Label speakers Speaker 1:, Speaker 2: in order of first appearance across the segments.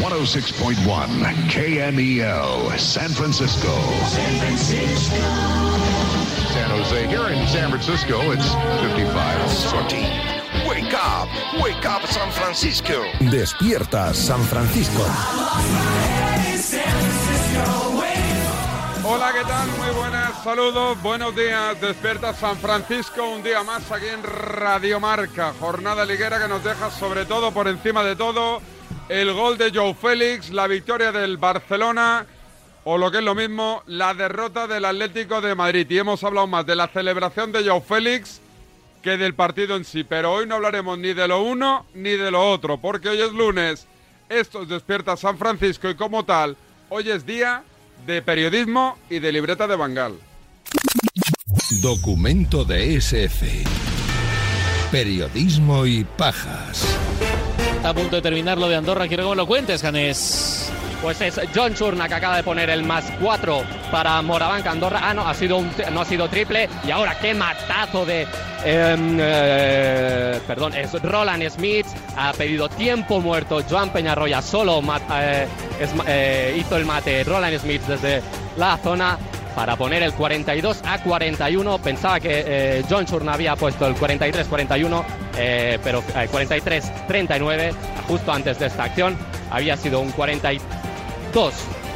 Speaker 1: 106.1 KMEL, San Francisco. San Francisco. San Jose, here in San Francisco, it's 55.
Speaker 2: Sorty. Wake up, wake up San Francisco.
Speaker 3: Despierta San Francisco.
Speaker 4: Hola, ¿qué tal? Muy buenas, saludos, buenos días. Despierta San Francisco un día más aquí en Radio Marca. Jornada liguera que nos deja sobre todo, por encima de todo, el gol de Joe Félix, la victoria del Barcelona o lo que es lo mismo, la derrota del Atlético de Madrid. Y hemos hablado más de la celebración de Joe Félix que del partido en sí. Pero hoy no hablaremos ni de lo uno ni de lo otro, porque hoy es lunes. Esto es Despierta San Francisco y como tal, hoy es día de periodismo y de libreta de Bangal.
Speaker 3: Documento de SF. Periodismo y pajas.
Speaker 5: Está a punto de terminar lo de Andorra. Quiero que me lo cuentes, Janés.
Speaker 6: Pues es John Churna que acaba de poner el más 4 para Moravanca Andorra. Ah, no, ha sido un, no ha sido triple. Y ahora qué matazo de. eh, eh, perdón, es Roland Smith. Ha pedido tiempo muerto. Joan Peñarroya solo mat- eh, es- eh, hizo el mate. Roland Smith desde la zona para poner el 42 a 41. Pensaba que eh, John Churna había puesto el 43-41, eh, pero eh, 43-39 justo antes de esta acción. Había sido un 42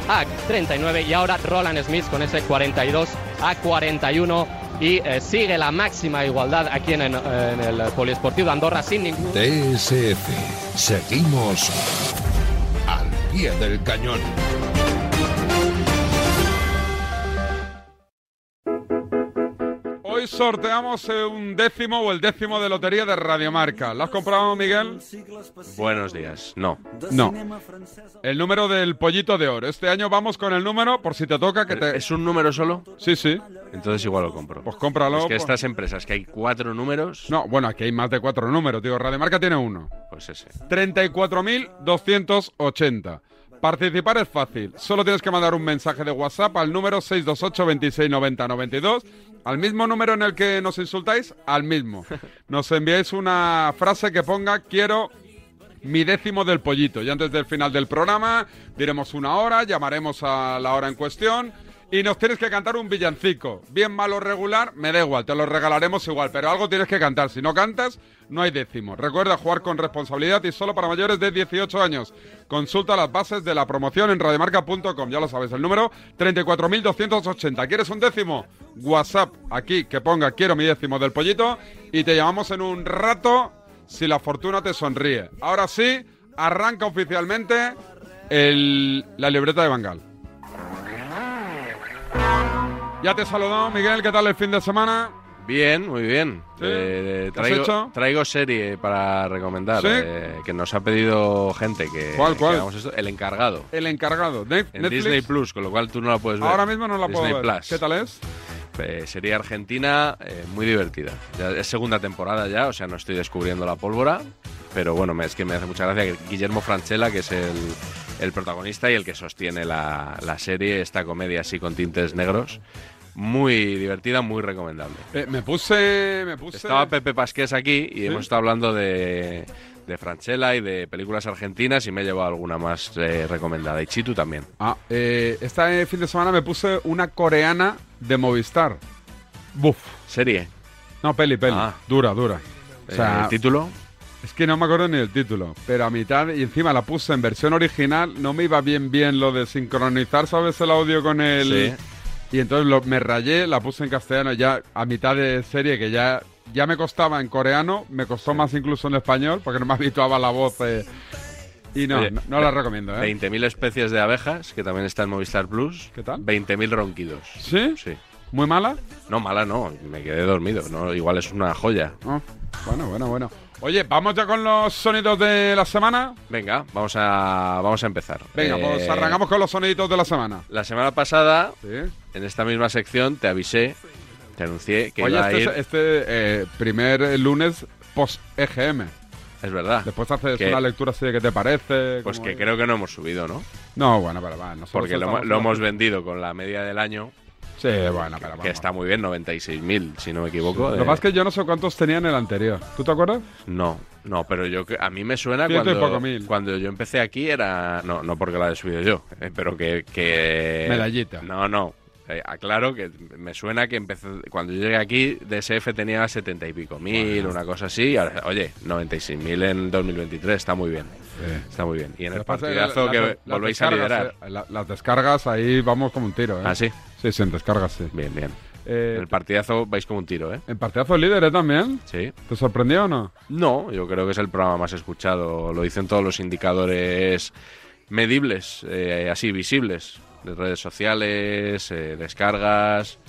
Speaker 6: a 39 y ahora Roland Smith con ese 42 a 41 y eh, sigue la máxima igualdad aquí en, en- en el Poliesportivo de Andorra sin ningún...
Speaker 3: DSF. Seguimos al pie del cañón.
Speaker 4: Hoy sorteamos eh, un décimo o el décimo de lotería de Radiomarca. ¿Lo has comprado, Miguel?
Speaker 7: Buenos días. No.
Speaker 4: No. El número del pollito de oro. Este año vamos con el número, por si te toca que te...
Speaker 7: ¿Es un número solo?
Speaker 4: Sí, sí.
Speaker 7: Entonces igual lo compro.
Speaker 4: Pues cómpralo.
Speaker 7: Es que
Speaker 4: pues-
Speaker 7: estas empresas que hay cuatro números,
Speaker 4: No, bueno, aquí hay más de cuatro números, tío. Radiomarca tiene uno.
Speaker 7: pues ese.
Speaker 4: 34.280. Participar es fácil. Solo tienes que mandar un mensaje de WhatsApp al número 628-2690-92. Al mismo número en el que nos insultáis, al mismo. Nos enviáis una frase que ponga quiero mi décimo del pollito. Y antes del final del programa diremos una hora, llamaremos a la hora en cuestión y nos tienes que cantar un villancico. Bien, malo, regular, me da igual, te lo regalaremos igual, pero algo tienes que cantar. Si no cantas, no hay décimo. Recuerda jugar con responsabilidad y solo para mayores de 18 años. Consulta las bases de la promoción en radiomarca.com. Ya lo sabes, el número 34.280. ¿Quieres un décimo? WhatsApp aquí que ponga quiero mi décimo del pollito y te llamamos en un rato si la fortuna te sonríe. Ahora sí, arranca oficialmente el- la libreta de Bangal. Ya te saludamos, Miguel. ¿Qué tal el fin de semana?
Speaker 7: Bien, muy bien.
Speaker 4: Sí.
Speaker 7: Eh,
Speaker 4: ¿Qué has hecho?
Speaker 7: traigo, traigo serie para recomendar
Speaker 4: ¿Sí?
Speaker 7: eh, que nos ha pedido gente que,
Speaker 4: ¿Cuál, cuál?
Speaker 7: que hagamos esto. El encargado.
Speaker 4: El encargado. Ne-
Speaker 7: En
Speaker 4: Netflix.
Speaker 7: Disney Plus, con lo cual tú no la puedes ver.
Speaker 4: Ahora mismo no la
Speaker 7: Disney
Speaker 4: puedo ver.
Speaker 7: Plus.
Speaker 4: ¿Qué tal es?
Speaker 7: Eh, sería Argentina, eh, muy divertida. Ya es segunda temporada ya, o sea, no estoy descubriendo la pólvora, pero bueno, me- es que me hace mucha gracia que Guillermo Franchella, que es el, el protagonista y el que sostiene la, la serie, esta comedia así con tintes negros, muy divertida, muy recomendable.
Speaker 4: Eh, me puse. Me puse.
Speaker 7: Estaba Pepe Pasqués aquí y hemos estado hablando de, de Franchella y de películas argentinas y me he llevado alguna más eh, recomendada. Y Chitu también.
Speaker 4: Ah, eh, este fin de semana me puse una coreana de Movistar. Buf.
Speaker 7: Serie.
Speaker 4: No, peli, peli.
Speaker 7: Ah.
Speaker 4: Dura, dura. O sea,
Speaker 7: Eh, ¿El título?
Speaker 4: Es que no me acuerdo ni el título, pero a mitad y encima la puse en versión original, no me iba bien bien lo de sincronizar, ¿sabes? El audio con el...
Speaker 7: Sí.
Speaker 4: Y entonces lo- me rayé, la puse en castellano ya a mitad de serie, que ya, ya me costaba en coreano, me costó más incluso en español, porque no me habituaba la voz. eh. Y no,
Speaker 7: Oye,
Speaker 4: no, no la recomiendo, ¿eh?
Speaker 7: 20.000 especies de abejas, que también está en Movistar Plus.
Speaker 4: ¿Qué tal?
Speaker 7: 20.000 ronquidos.
Speaker 4: ¿Sí?
Speaker 7: Sí.
Speaker 4: ¿Muy mala?
Speaker 7: No, mala no, me quedé dormido. No, igual es una joya.
Speaker 4: Ah, bueno, bueno, bueno. Oye, ¿vamos ya con los sonidos de la semana?
Speaker 7: Venga, vamos a, vamos a empezar.
Speaker 4: Venga,
Speaker 7: Eh,
Speaker 4: pues arrancamos con los soniditos de la semana.
Speaker 7: La semana pasada,
Speaker 4: ¿Sí?
Speaker 7: en esta misma sección, te avisé, te anuncié que
Speaker 4: Oye,
Speaker 7: iba a
Speaker 4: este,
Speaker 7: ir.
Speaker 4: es- este, eh, primer eh, lunes post-EGM.
Speaker 7: Es verdad.
Speaker 4: Después haces
Speaker 7: Que-
Speaker 4: una lectura así de qué te parece.
Speaker 7: Pues
Speaker 4: cómo
Speaker 7: que
Speaker 4: es.
Speaker 7: creo que no hemos subido, ¿no?
Speaker 4: No, bueno, pero va, nosotros
Speaker 7: Porque lo,
Speaker 4: estamos-
Speaker 7: lo hemos vendido con la media del año.
Speaker 4: Sí, bueno, pero
Speaker 7: Que
Speaker 4: vamos.
Speaker 7: está muy bien, 96.000, si no me equivoco.
Speaker 4: Lo
Speaker 7: de-
Speaker 4: que pasa es que yo no sé cuántos tenía en el anterior. ¿Tú te acuerdas?
Speaker 7: No, no, pero yo que- a mí me suena
Speaker 4: Ciento y
Speaker 7: cuando,
Speaker 4: poco mil.
Speaker 7: cuando yo empecé aquí era. No, no porque la he subido yo, eh, pero que. que-
Speaker 4: Medallita.
Speaker 7: No, no. eh, aclaro que me suena que empecé, cuando yo llegué aquí, DSF tenía 70 y pico mil, una cosa así. y ahora, oye, 96 mil en 2023, está muy bien. Está muy bien. Y en el
Speaker 4: Lo que pasa es
Speaker 7: partidazo
Speaker 4: la-
Speaker 7: que
Speaker 4: las- las
Speaker 7: volvéis a
Speaker 4: descargas,
Speaker 7: liderar.
Speaker 4: eh, la- las descargas ahí vamos como un tiro, ¿eh?
Speaker 7: ¿Ah, sí?
Speaker 4: Sí, sí, en descargas, sí.
Speaker 7: Bien, bien.
Speaker 4: Eh,
Speaker 7: En el partidazo vais como un tiro, ¿eh?
Speaker 4: en partidazos líderes también.
Speaker 7: Sí.
Speaker 4: ¿Te sorprendió o no?
Speaker 7: No, yo creo que es el programa más escuchado. Lo dicen todos los indicadores medibles, eh, así visibles, de redes sociales, eh, descargas,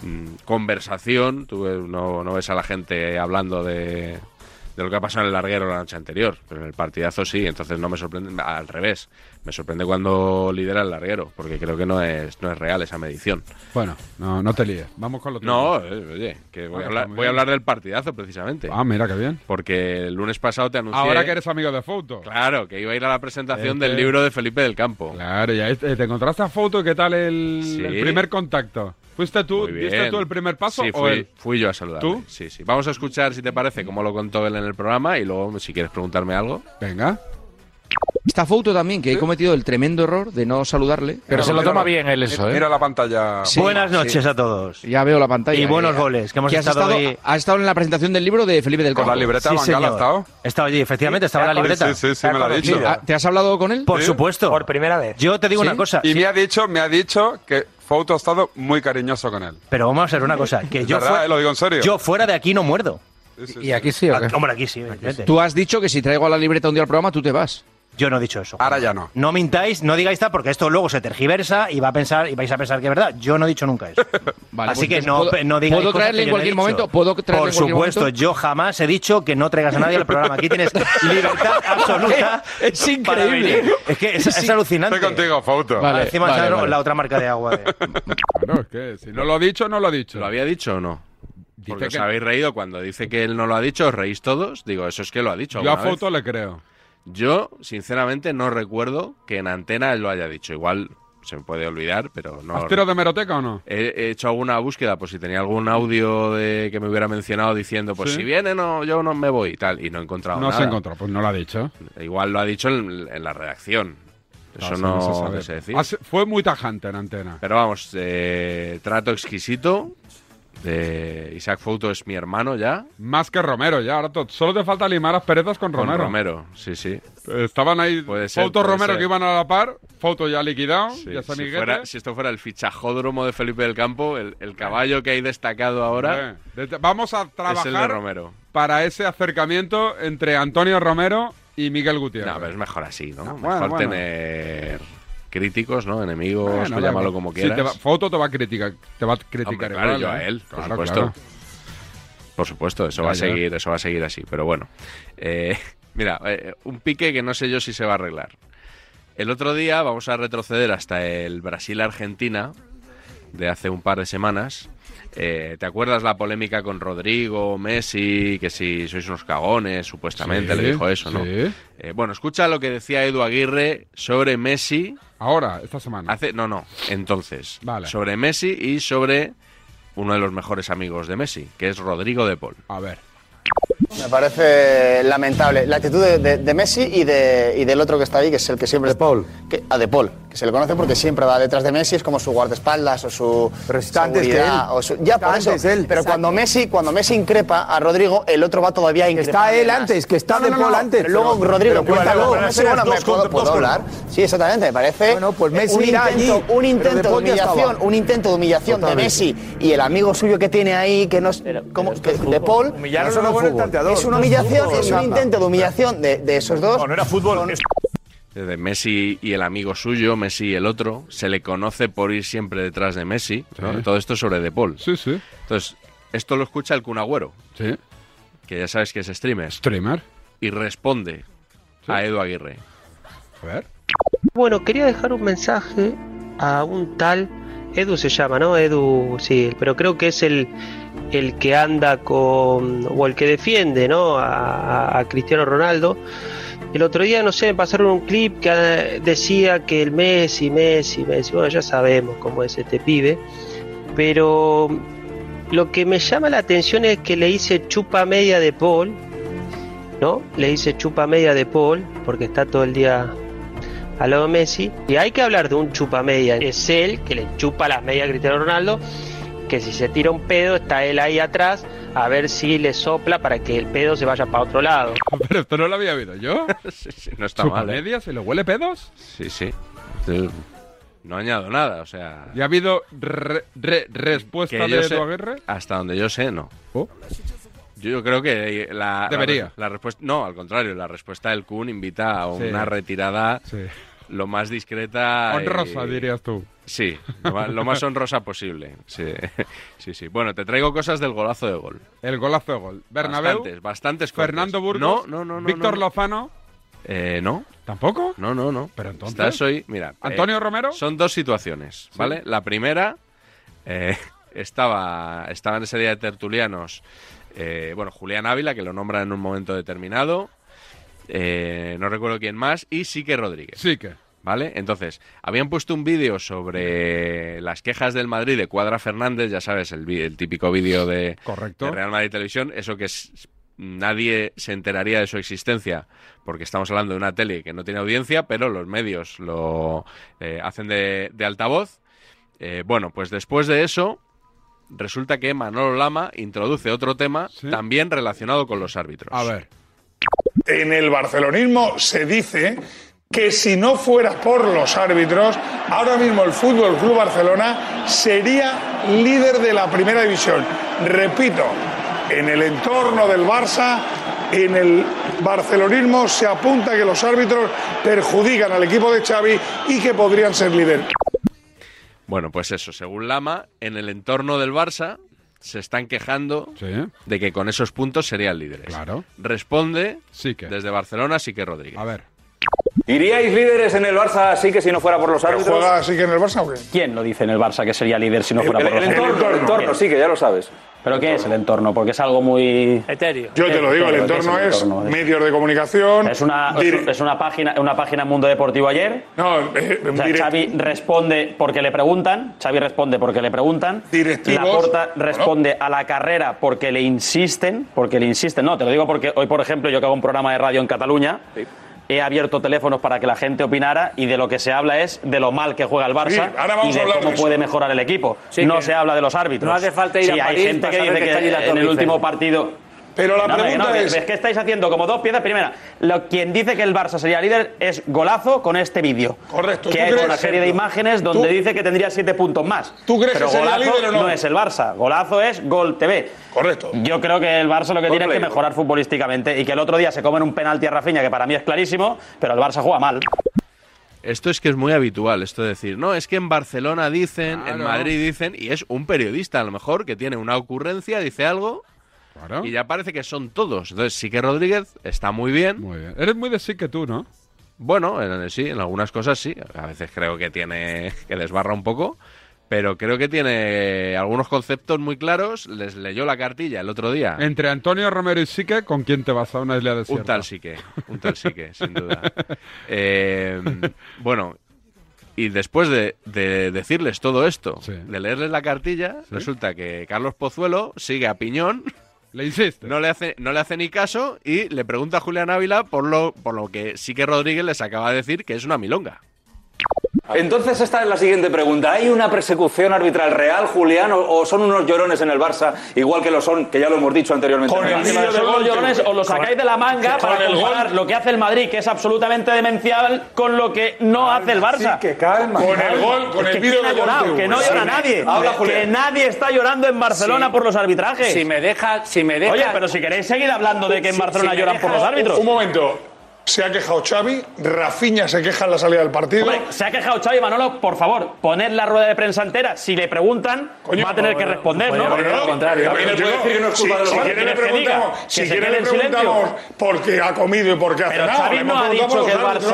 Speaker 7: mm, conversación. Tú eh, no, no ves a la gente hablando de, de lo que ha pasado en el larguero la noche anterior, pero en el partidazo sí. Entonces no me sorprende, al revés, me sorprende cuando lidera el larguero, porque creo que no es, no es real esa medición.
Speaker 4: Bueno, no, no te líes. Vamos con lo tuyo.
Speaker 7: No, eh, oye, que
Speaker 4: Ah,
Speaker 7: voy, a
Speaker 4: está
Speaker 7: hablar,
Speaker 4: muy
Speaker 7: voy
Speaker 4: bien.
Speaker 7: a hablar del partidazo precisamente.
Speaker 4: Ah, mira, qué bien.
Speaker 7: Porque el lunes pasado te anuncié.
Speaker 4: Ahora que eres amigo de Este, Foto.
Speaker 7: Claro, que iba a ir a la presentación
Speaker 4: Es
Speaker 7: del
Speaker 4: que-
Speaker 7: libro de Felipe del Campo.
Speaker 4: Claro, ya eh, te encontraste a Foto y qué tal el,
Speaker 7: Sí.
Speaker 4: el primer contacto. ¿Fuiste tú?
Speaker 7: Muy bien.
Speaker 4: ¿Diste tú el primer paso
Speaker 7: Sí,
Speaker 4: o
Speaker 7: fui,
Speaker 4: él?
Speaker 7: fui yo a saludar.
Speaker 4: ¿Tú?
Speaker 7: Sí, sí. Vamos a escuchar, si te parece, cómo lo contó él en el programa y luego, si quieres preguntarme algo.
Speaker 4: Venga.
Speaker 8: Está Fouto también, que he cometido el tremendo error de no saludarle.
Speaker 9: Pero se lo toma bien él eso, ¿eh?
Speaker 4: Mira la pantalla.
Speaker 8: Sí,
Speaker 10: Buenas
Speaker 8: sí.
Speaker 10: noches a todos.
Speaker 8: Ya veo la pantalla.
Speaker 10: Y buenos
Speaker 5: ¿eh?
Speaker 8: Que-
Speaker 10: goles, que hemos
Speaker 8: que has
Speaker 10: estado
Speaker 8: estado,
Speaker 10: ahí.
Speaker 8: has estado en la presentación del libro de Felipe del
Speaker 4: Con la
Speaker 8: Campo.
Speaker 4: libreta de
Speaker 10: Sí,
Speaker 4: Bangal ha
Speaker 10: señor.
Speaker 4: estado.
Speaker 10: He estado allí, efectivamente, estaba en la libreta.
Speaker 4: Sí, sí, sí, me lo ha dicho.
Speaker 8: Ah, ¿Te has hablado con él?
Speaker 10: Por supuesto.
Speaker 9: Por primera vez.
Speaker 10: Yo te digo
Speaker 8: ¿Sí?
Speaker 10: una cosa,
Speaker 4: Y
Speaker 10: sí,
Speaker 4: me ha dicho, me ha dicho que Foto ha estado muy cariñoso con él.
Speaker 10: pero vamos a hacer una cosa, que
Speaker 4: ¿Es
Speaker 10: yo,
Speaker 4: verdad?
Speaker 10: fue-
Speaker 4: ¿Eh? ¿Lo digo en serio?
Speaker 10: yo fuera de aquí no muerdo. Ah,
Speaker 4: Sí, sí, sí.
Speaker 9: Y aquí sí, ¿o qué?
Speaker 10: Hombre, aquí sí, evidentemente.
Speaker 8: Tú has dicho que si traigo a la libreta un día al programa, tú te vas.
Speaker 10: Yo no he dicho eso.
Speaker 4: Ahora ya no.
Speaker 10: No mintáis, no digáis tal, porque esto luego se tergiversa y va a pensar y vais a pensar que es verdad. Yo no he dicho nunca eso.
Speaker 8: Vale,
Speaker 10: Así
Speaker 8: pues
Speaker 10: que
Speaker 8: entonces
Speaker 10: no,
Speaker 8: puedo-
Speaker 10: pe- no digáis
Speaker 8: ¿puedo
Speaker 10: cosas
Speaker 8: traerle
Speaker 10: que
Speaker 8: en
Speaker 10: yo no he
Speaker 8: cualquier
Speaker 10: dicho.
Speaker 8: momento? ¿Puedo traerle
Speaker 10: Por
Speaker 8: en cualquier
Speaker 10: supuesto,
Speaker 8: momento?
Speaker 10: yo jamás he dicho que no traigas a nadie al programa. Aquí tienes libertad absoluta.
Speaker 8: Es- es
Speaker 10: para
Speaker 8: increíble.
Speaker 10: venir. Es que es, es alucinante.
Speaker 4: Estoy contigo, Foto.
Speaker 10: Ahora
Speaker 8: Vale,
Speaker 10: encima
Speaker 8: vale,
Speaker 10: ¿sabes?
Speaker 8: vale.
Speaker 10: la otra marca de agua. de-
Speaker 4: Claro, es que si no lo ha dicho, no lo ha dicho.
Speaker 7: ¿Lo había dicho o no? Porque os
Speaker 4: que-
Speaker 7: habéis reído cuando dice que él no lo ha dicho, os reís todos. Digo, eso es que lo ha dicho.
Speaker 4: Yo a
Speaker 7: alguna vez.
Speaker 4: Foto le creo.
Speaker 7: Yo, sinceramente, no recuerdo que en antena él lo haya dicho. Igual se me puede olvidar, pero no.
Speaker 4: ¿Has tirado de meroteca o no?
Speaker 7: He he hecho alguna búsqueda por si tenía algún audio de que me hubiera mencionado diciendo, pues
Speaker 4: Sí.
Speaker 7: si viene, no, yo no me voy y tal. Y no he encontrado
Speaker 4: No
Speaker 7: nada.
Speaker 4: se encontró, pues no lo ha dicho.
Speaker 7: Igual lo ha dicho en, en la redacción. Eso
Speaker 4: sí,
Speaker 7: no,
Speaker 4: se
Speaker 7: no
Speaker 4: sabe.
Speaker 7: sé decir.
Speaker 4: Hace- Fue muy tajante en antena.
Speaker 7: Pero vamos, eh, trato exquisito. de Isaac Fouto es mi hermano ya.
Speaker 4: Más que Romero, ya. Ahora to- solo te falta limar las perezas con
Speaker 7: Con
Speaker 4: Romero.
Speaker 7: Romero, sí, sí.
Speaker 4: Estaban ahí
Speaker 7: Puede ser,
Speaker 4: Foto
Speaker 7: puede
Speaker 4: Romero
Speaker 7: ser.
Speaker 4: que iban a la par, Foto ya liquidado,
Speaker 7: Sí,
Speaker 4: ya ¿eh? se
Speaker 7: si,
Speaker 4: amiguete.
Speaker 7: fuera- si esto fuera el fichajódromo de Felipe del Campo, el, el caballo que hay destacado ahora
Speaker 4: Eh, desde- Vamos a
Speaker 7: es el de
Speaker 4: trabajar
Speaker 7: Romero.
Speaker 4: para ese acercamiento entre Antonio Romero y Miguel Gutiérrez.
Speaker 7: No, pero es mejor así, ¿no?
Speaker 4: No, Ah, bueno,
Speaker 7: mejor
Speaker 4: bueno.
Speaker 7: tener críticos, ¿no? Enemigos,
Speaker 4: Bueno,
Speaker 7: tú
Speaker 4: da
Speaker 7: llámalo
Speaker 4: igual.
Speaker 7: como
Speaker 4: Sí,
Speaker 7: quieras.
Speaker 4: te va- foto te va a criticar, te va a criticar
Speaker 7: Hombre, claro,
Speaker 4: igual,
Speaker 7: yo a
Speaker 4: ¿eh?
Speaker 7: él, por
Speaker 4: Claro,
Speaker 7: supuesto.
Speaker 4: claro.
Speaker 7: Por supuesto, eso
Speaker 4: Ya,
Speaker 7: va a
Speaker 4: ya.
Speaker 7: seguir, eso va a seguir así. Pero bueno, Eh, mira, eh, un pique que no sé yo si se va a arreglar. El otro día vamos a retroceder hasta el Brasil-Argentina de hace un par de semanas. Eh, ¿Te acuerdas la polémica con Rodrigo, Messi, que si sois unos cagones, supuestamente
Speaker 4: Sí,
Speaker 7: le dijo eso, ¿no?
Speaker 4: sí.
Speaker 7: Eh, bueno, escucha lo que decía Edu Aguirre sobre Messi
Speaker 4: Ahora, esta semana.
Speaker 7: Hace, no, no. Entonces,
Speaker 4: Vale.
Speaker 7: sobre Messi y sobre uno de los mejores amigos de Messi, que es Rodrigo de Paul.
Speaker 4: A ver.
Speaker 5: Me parece lamentable la actitud de, de- de Messi y, de- y del otro que está ahí, que es el que siempre. De Paul. Que, a De Paul, que se le conoce porque siempre va detrás de Messi, es como su guardaespaldas o su.
Speaker 9: Pero está antes
Speaker 5: seguridad,
Speaker 9: que él.
Speaker 5: o su- ya
Speaker 9: Está
Speaker 5: por eso.
Speaker 9: antes él.
Speaker 5: Pero
Speaker 9: Exacto.
Speaker 5: cuando Messi, cuando Messi increpa a Rodrigo, el otro va todavía a increpar.
Speaker 9: él antes, que está De Paul antes,
Speaker 5: pero luego
Speaker 9: pero-
Speaker 5: Rodrigo
Speaker 9: pero
Speaker 5: cuenta
Speaker 9: cuéntalo,
Speaker 5: luego.
Speaker 9: pero
Speaker 5: Messi,
Speaker 9: eran
Speaker 5: bueno,
Speaker 9: dos
Speaker 5: me puedo,
Speaker 9: contra- dos
Speaker 5: puedo
Speaker 9: contra-
Speaker 5: hablar. Sí, exactamente, me parece. Eh,
Speaker 9: Bueno, pues Messi
Speaker 5: un
Speaker 9: irá
Speaker 5: intento,
Speaker 9: allí,
Speaker 5: un
Speaker 9: pero De
Speaker 5: intento
Speaker 9: Paul
Speaker 5: de
Speaker 9: ya estaba.
Speaker 5: humillación, un intento de humillación de
Speaker 9: Totalmente.
Speaker 5: Messi y el amigo suyo que tiene ahí, que no es. como- que- de Paul.
Speaker 9: Humillaron a los buenos tanteadores.
Speaker 5: Es una humillación,
Speaker 9: No es
Speaker 5: es un
Speaker 9: fútbol.
Speaker 5: intento de humillación de, de esos dos.
Speaker 9: era fútbol.
Speaker 7: Desde eh, Messi y el amigo suyo, Messi y el otro, se le conoce por ir siempre detrás de Messi. ¿no?
Speaker 4: Sí.
Speaker 7: Todo esto sobre de Paul.
Speaker 4: Sí, sí.
Speaker 7: Entonces, esto lo escucha el Kun Agüero,
Speaker 4: Sí.
Speaker 7: que ya sabes que es streamer,
Speaker 4: Streamer.
Speaker 7: y responde a Edu Aguirre.
Speaker 4: A ver.
Speaker 11: Bueno, quería dejar un mensaje a un tal Edu se llama, ¿no? Edu, sí, pero creo que es el, el que anda con, o el que defiende, ¿no? A, a- a Cristiano Ronaldo. El otro día, no sé, me pasaron un clip que ah, eh, decía que el Messi, Messi, Messi, bueno, ya sabemos cómo es este pibe. Pero lo que me llama la atención es que le hice chupa media de Paul, ¿no? Le hice chupa media de Paul, porque está todo el día al lado de Messi. Y hay que hablar de un chupa media. Es él que le chupa las medias a Cristiano Ronaldo, que si se tira un pedo, está él ahí atrás a ver si le sopla para que el pedo se vaya para otro lado.
Speaker 4: Pero esto no lo había oído yo.
Speaker 7: No está
Speaker 4: ¿Chupa
Speaker 7: mal. ¿eh?
Speaker 4: media? ¿Se le huele pedos?
Speaker 7: Sí, sí. Te- No añado nada, o sea.
Speaker 4: ¿Y ha habido re- re- respuesta
Speaker 7: que
Speaker 4: de ¿Oh?
Speaker 7: yo
Speaker 4: Edu
Speaker 7: sé-
Speaker 4: Aguirre?
Speaker 7: Hasta donde yo sé, no. Yo, yo creo que la, la-
Speaker 4: Debería.
Speaker 7: La, respuesta. No, al contrario, la respuesta del Kun invita a
Speaker 4: Sí.
Speaker 7: una retirada lo más discreta. y-
Speaker 4: Honrosa, dirías tú.
Speaker 7: Sí, lo más, lo más honrosa posible. Sí. sí, sí. Bueno, te traigo cosas del golazo de gol.
Speaker 4: El golazo de gol. Bernabéu.
Speaker 7: Bastantes, bastantes cortes.
Speaker 4: Fernando Burgos.
Speaker 7: No, no, no. no,
Speaker 4: Víctor
Speaker 7: no.
Speaker 4: Lozano.
Speaker 7: Eh, no.
Speaker 4: ¿Tampoco?
Speaker 7: No, no, no. Pero
Speaker 4: entonces-
Speaker 7: Estás hoy, mira. eh,
Speaker 4: ¿Antonio Romero?
Speaker 7: Son dos situaciones,
Speaker 4: Sí.
Speaker 7: ¿vale? La primera, eh, estaba, estaba en ese día de tertulianos, eh, bueno, Julián Ávila, que lo nombra en un momento determinado, eh, no recuerdo quién más, y Sique Rodríguez.
Speaker 4: Sique.
Speaker 7: ¿Vale? Entonces, habían puesto un vídeo sobre las quejas del Madrid de Cuadra Fernández, ya sabes, el, vi- el típico vídeo de,
Speaker 4: Correcto.
Speaker 7: de Real Madrid Televisión, eso que es- nadie se enteraría de su existencia, porque estamos hablando de una tele que no tiene audiencia, pero los medios lo eh, hacen de, de altavoz. Eh, bueno, pues después de eso, resulta que Manolo Lama introduce otro tema también relacionado con los árbitros.
Speaker 4: A ver.
Speaker 12: En el barcelonismo se dice que si no fuera por los árbitros, ahora mismo el Fútbol Club Barcelona sería líder de la primera división. Repito, en el entorno del Barça, en el barcelonismo se apunta que los árbitros perjudican al equipo de Xavi y que podrían ser líder.
Speaker 7: Bueno, pues eso, según Lama, en el entorno del Barça se están quejando de que con esos puntos serían líderes. Claro. Responde desde Barcelona, Sique Rodríguez. A
Speaker 4: ver.
Speaker 13: ¿Iríais líderes en el Barça así que si no fuera por los
Speaker 12: ¿Pero
Speaker 13: árbitros?
Speaker 12: juega así que en el Barça o qué?
Speaker 13: ¿Quién lo dice en el Barça que sería líder si no fuera
Speaker 12: El-
Speaker 13: por
Speaker 12: el
Speaker 13: los árbitros?
Speaker 12: entorno, el entorno,
Speaker 13: sí, que ya lo sabes. ¿Pero qué es el entorno? Porque es algo muy... Etéreo.
Speaker 12: Yo te lo digo, el entorno es medios de comunicación.
Speaker 13: Es una,
Speaker 12: dir-
Speaker 13: es una página una página en Mundo Deportivo ayer.
Speaker 12: No, eh,
Speaker 13: o sea, Xavi responde porque le preguntan. Xavi responde porque le preguntan. La Porta responde a la carrera porque le insisten. Porque le insisten. No, te lo digo porque hoy, por ejemplo, yo que hago un programa de radio en Cataluña. He abierto teléfonos para que la gente opinara y de lo que se habla es de lo mal que juega el Barça
Speaker 12: Sí, ahora vamos
Speaker 13: y
Speaker 12: a
Speaker 13: de
Speaker 12: hablar
Speaker 13: cómo
Speaker 12: de eso.
Speaker 13: puede mejorar el equipo.
Speaker 12: Sí,
Speaker 13: no
Speaker 12: que
Speaker 13: se habla de los árbitros.
Speaker 12: no hace falta ir
Speaker 13: Sí,
Speaker 12: a
Speaker 13: hay
Speaker 12: París
Speaker 13: gente
Speaker 12: para
Speaker 13: que dice
Speaker 12: saber que está allí la
Speaker 13: que en el
Speaker 12: Torre
Speaker 13: último
Speaker 12: Eiffel.
Speaker 13: partido
Speaker 12: Pero la
Speaker 13: no, hombre,
Speaker 12: pregunta
Speaker 13: que no,
Speaker 12: es-
Speaker 13: Que, es que estáis haciendo como dos piezas. Primera, lo- quien dice que el Barça sería líder es golazo con este vídeo.
Speaker 12: Correcto.
Speaker 13: Que
Speaker 12: ¿Tú
Speaker 13: ha hecho
Speaker 12: crees?
Speaker 13: una serie de imágenes donde
Speaker 12: ¿Tú-
Speaker 13: dice que tendría siete puntos más.
Speaker 12: ¿Tú crees
Speaker 13: Pero
Speaker 12: que sería
Speaker 13: golazo
Speaker 12: líder o no?
Speaker 13: es el Barça. Golazo es Gol TV.
Speaker 12: Correcto.
Speaker 13: Yo creo que el Barça lo que
Speaker 12: Gol
Speaker 13: tiene es que
Speaker 12: Play.
Speaker 13: mejorar futbolísticamente y que el otro día se comen un penalti a Rafinha, que para mí es clarísimo, pero el Barça juega mal.
Speaker 7: Esto es que es muy habitual, esto de decir, no, es que en Barcelona dicen,
Speaker 13: Claro.
Speaker 7: en Madrid dicen, y es un periodista a lo mejor que tiene una ocurrencia, dice algo, y ya parece que son todos. Entonces, Sique Rodríguez está muy bien.
Speaker 4: Muy bien. Eres muy de Sique tú, ¿no?
Speaker 7: Bueno, en, en- sí, en algunas cosas sí. A veces creo que tiene, que desbarra un poco, pero creo que tiene algunos conceptos muy claros. Les leyó la cartilla el otro día.
Speaker 4: Entre Antonio Romero y Sique, ¿con quién te vas a una isla desierta?
Speaker 7: Un tal Sique, un tal Sique, sin duda. Eh, bueno, y después de, de decirles todo esto, de leerles la cartilla, resulta que Carlos Pozuelo sigue a piñón.
Speaker 4: Le insiste.
Speaker 7: No le, hace, no le hace ni caso y le pregunta a Julián Ávila por lo, por lo que Sique Rodríguez les acaba de decir que es una milonga.
Speaker 13: Entonces esta es la siguiente pregunta. ¿Hay una persecución arbitral real, Julián, o, o son unos llorones en el Barça, igual que lo son, que ya lo hemos dicho anteriormente?
Speaker 10: Con el
Speaker 13: Además,
Speaker 10: vídeo
Speaker 13: son
Speaker 10: de
Speaker 13: unos
Speaker 10: gol,
Speaker 13: llorones,
Speaker 10: tío.
Speaker 13: os lo sacáis de la manga
Speaker 10: Con
Speaker 13: para
Speaker 10: el gol.
Speaker 13: comparar lo que hace el Madrid, que es absolutamente demencial, con lo que no hace el Barça.
Speaker 10: sí, que calma,
Speaker 12: Con el calma. gol, con
Speaker 13: Es
Speaker 12: el
Speaker 13: que
Speaker 12: vídeo
Speaker 13: ¿quién
Speaker 12: de
Speaker 13: ha
Speaker 12: gol,
Speaker 13: llorado?
Speaker 12: tío.
Speaker 13: Que no
Speaker 12: Sí,
Speaker 13: llora
Speaker 12: me-
Speaker 13: nadie.
Speaker 12: Habla,
Speaker 13: que
Speaker 12: Julián.
Speaker 13: nadie está llorando en Barcelona
Speaker 10: Sí.
Speaker 13: por los arbitrajes.
Speaker 10: Si me deja, si me deja.
Speaker 13: Oye, pero si queréis seguir hablando de que en
Speaker 10: Si-
Speaker 13: Barcelona
Speaker 10: si me
Speaker 13: lloran por los
Speaker 10: dejas-
Speaker 13: árbitros.
Speaker 12: Un momento. Se ha quejado Xavi, Rafinha se queja en la salida del partido.
Speaker 13: Hombre, se ha quejado Xavi Manolo, por favor, poned la rueda de prensa entera. Si le preguntan, va a tener que responder, ¿no?
Speaker 12: Pero yo- si, si quiere le preguntamos, si quiere le preguntamos por qué ha comido y por qué ha
Speaker 13: Pero
Speaker 12: cenado.
Speaker 13: Xavi
Speaker 12: le
Speaker 13: no ha
Speaker 12: preguntamos
Speaker 13: dicho que el
Speaker 12: los árbitros.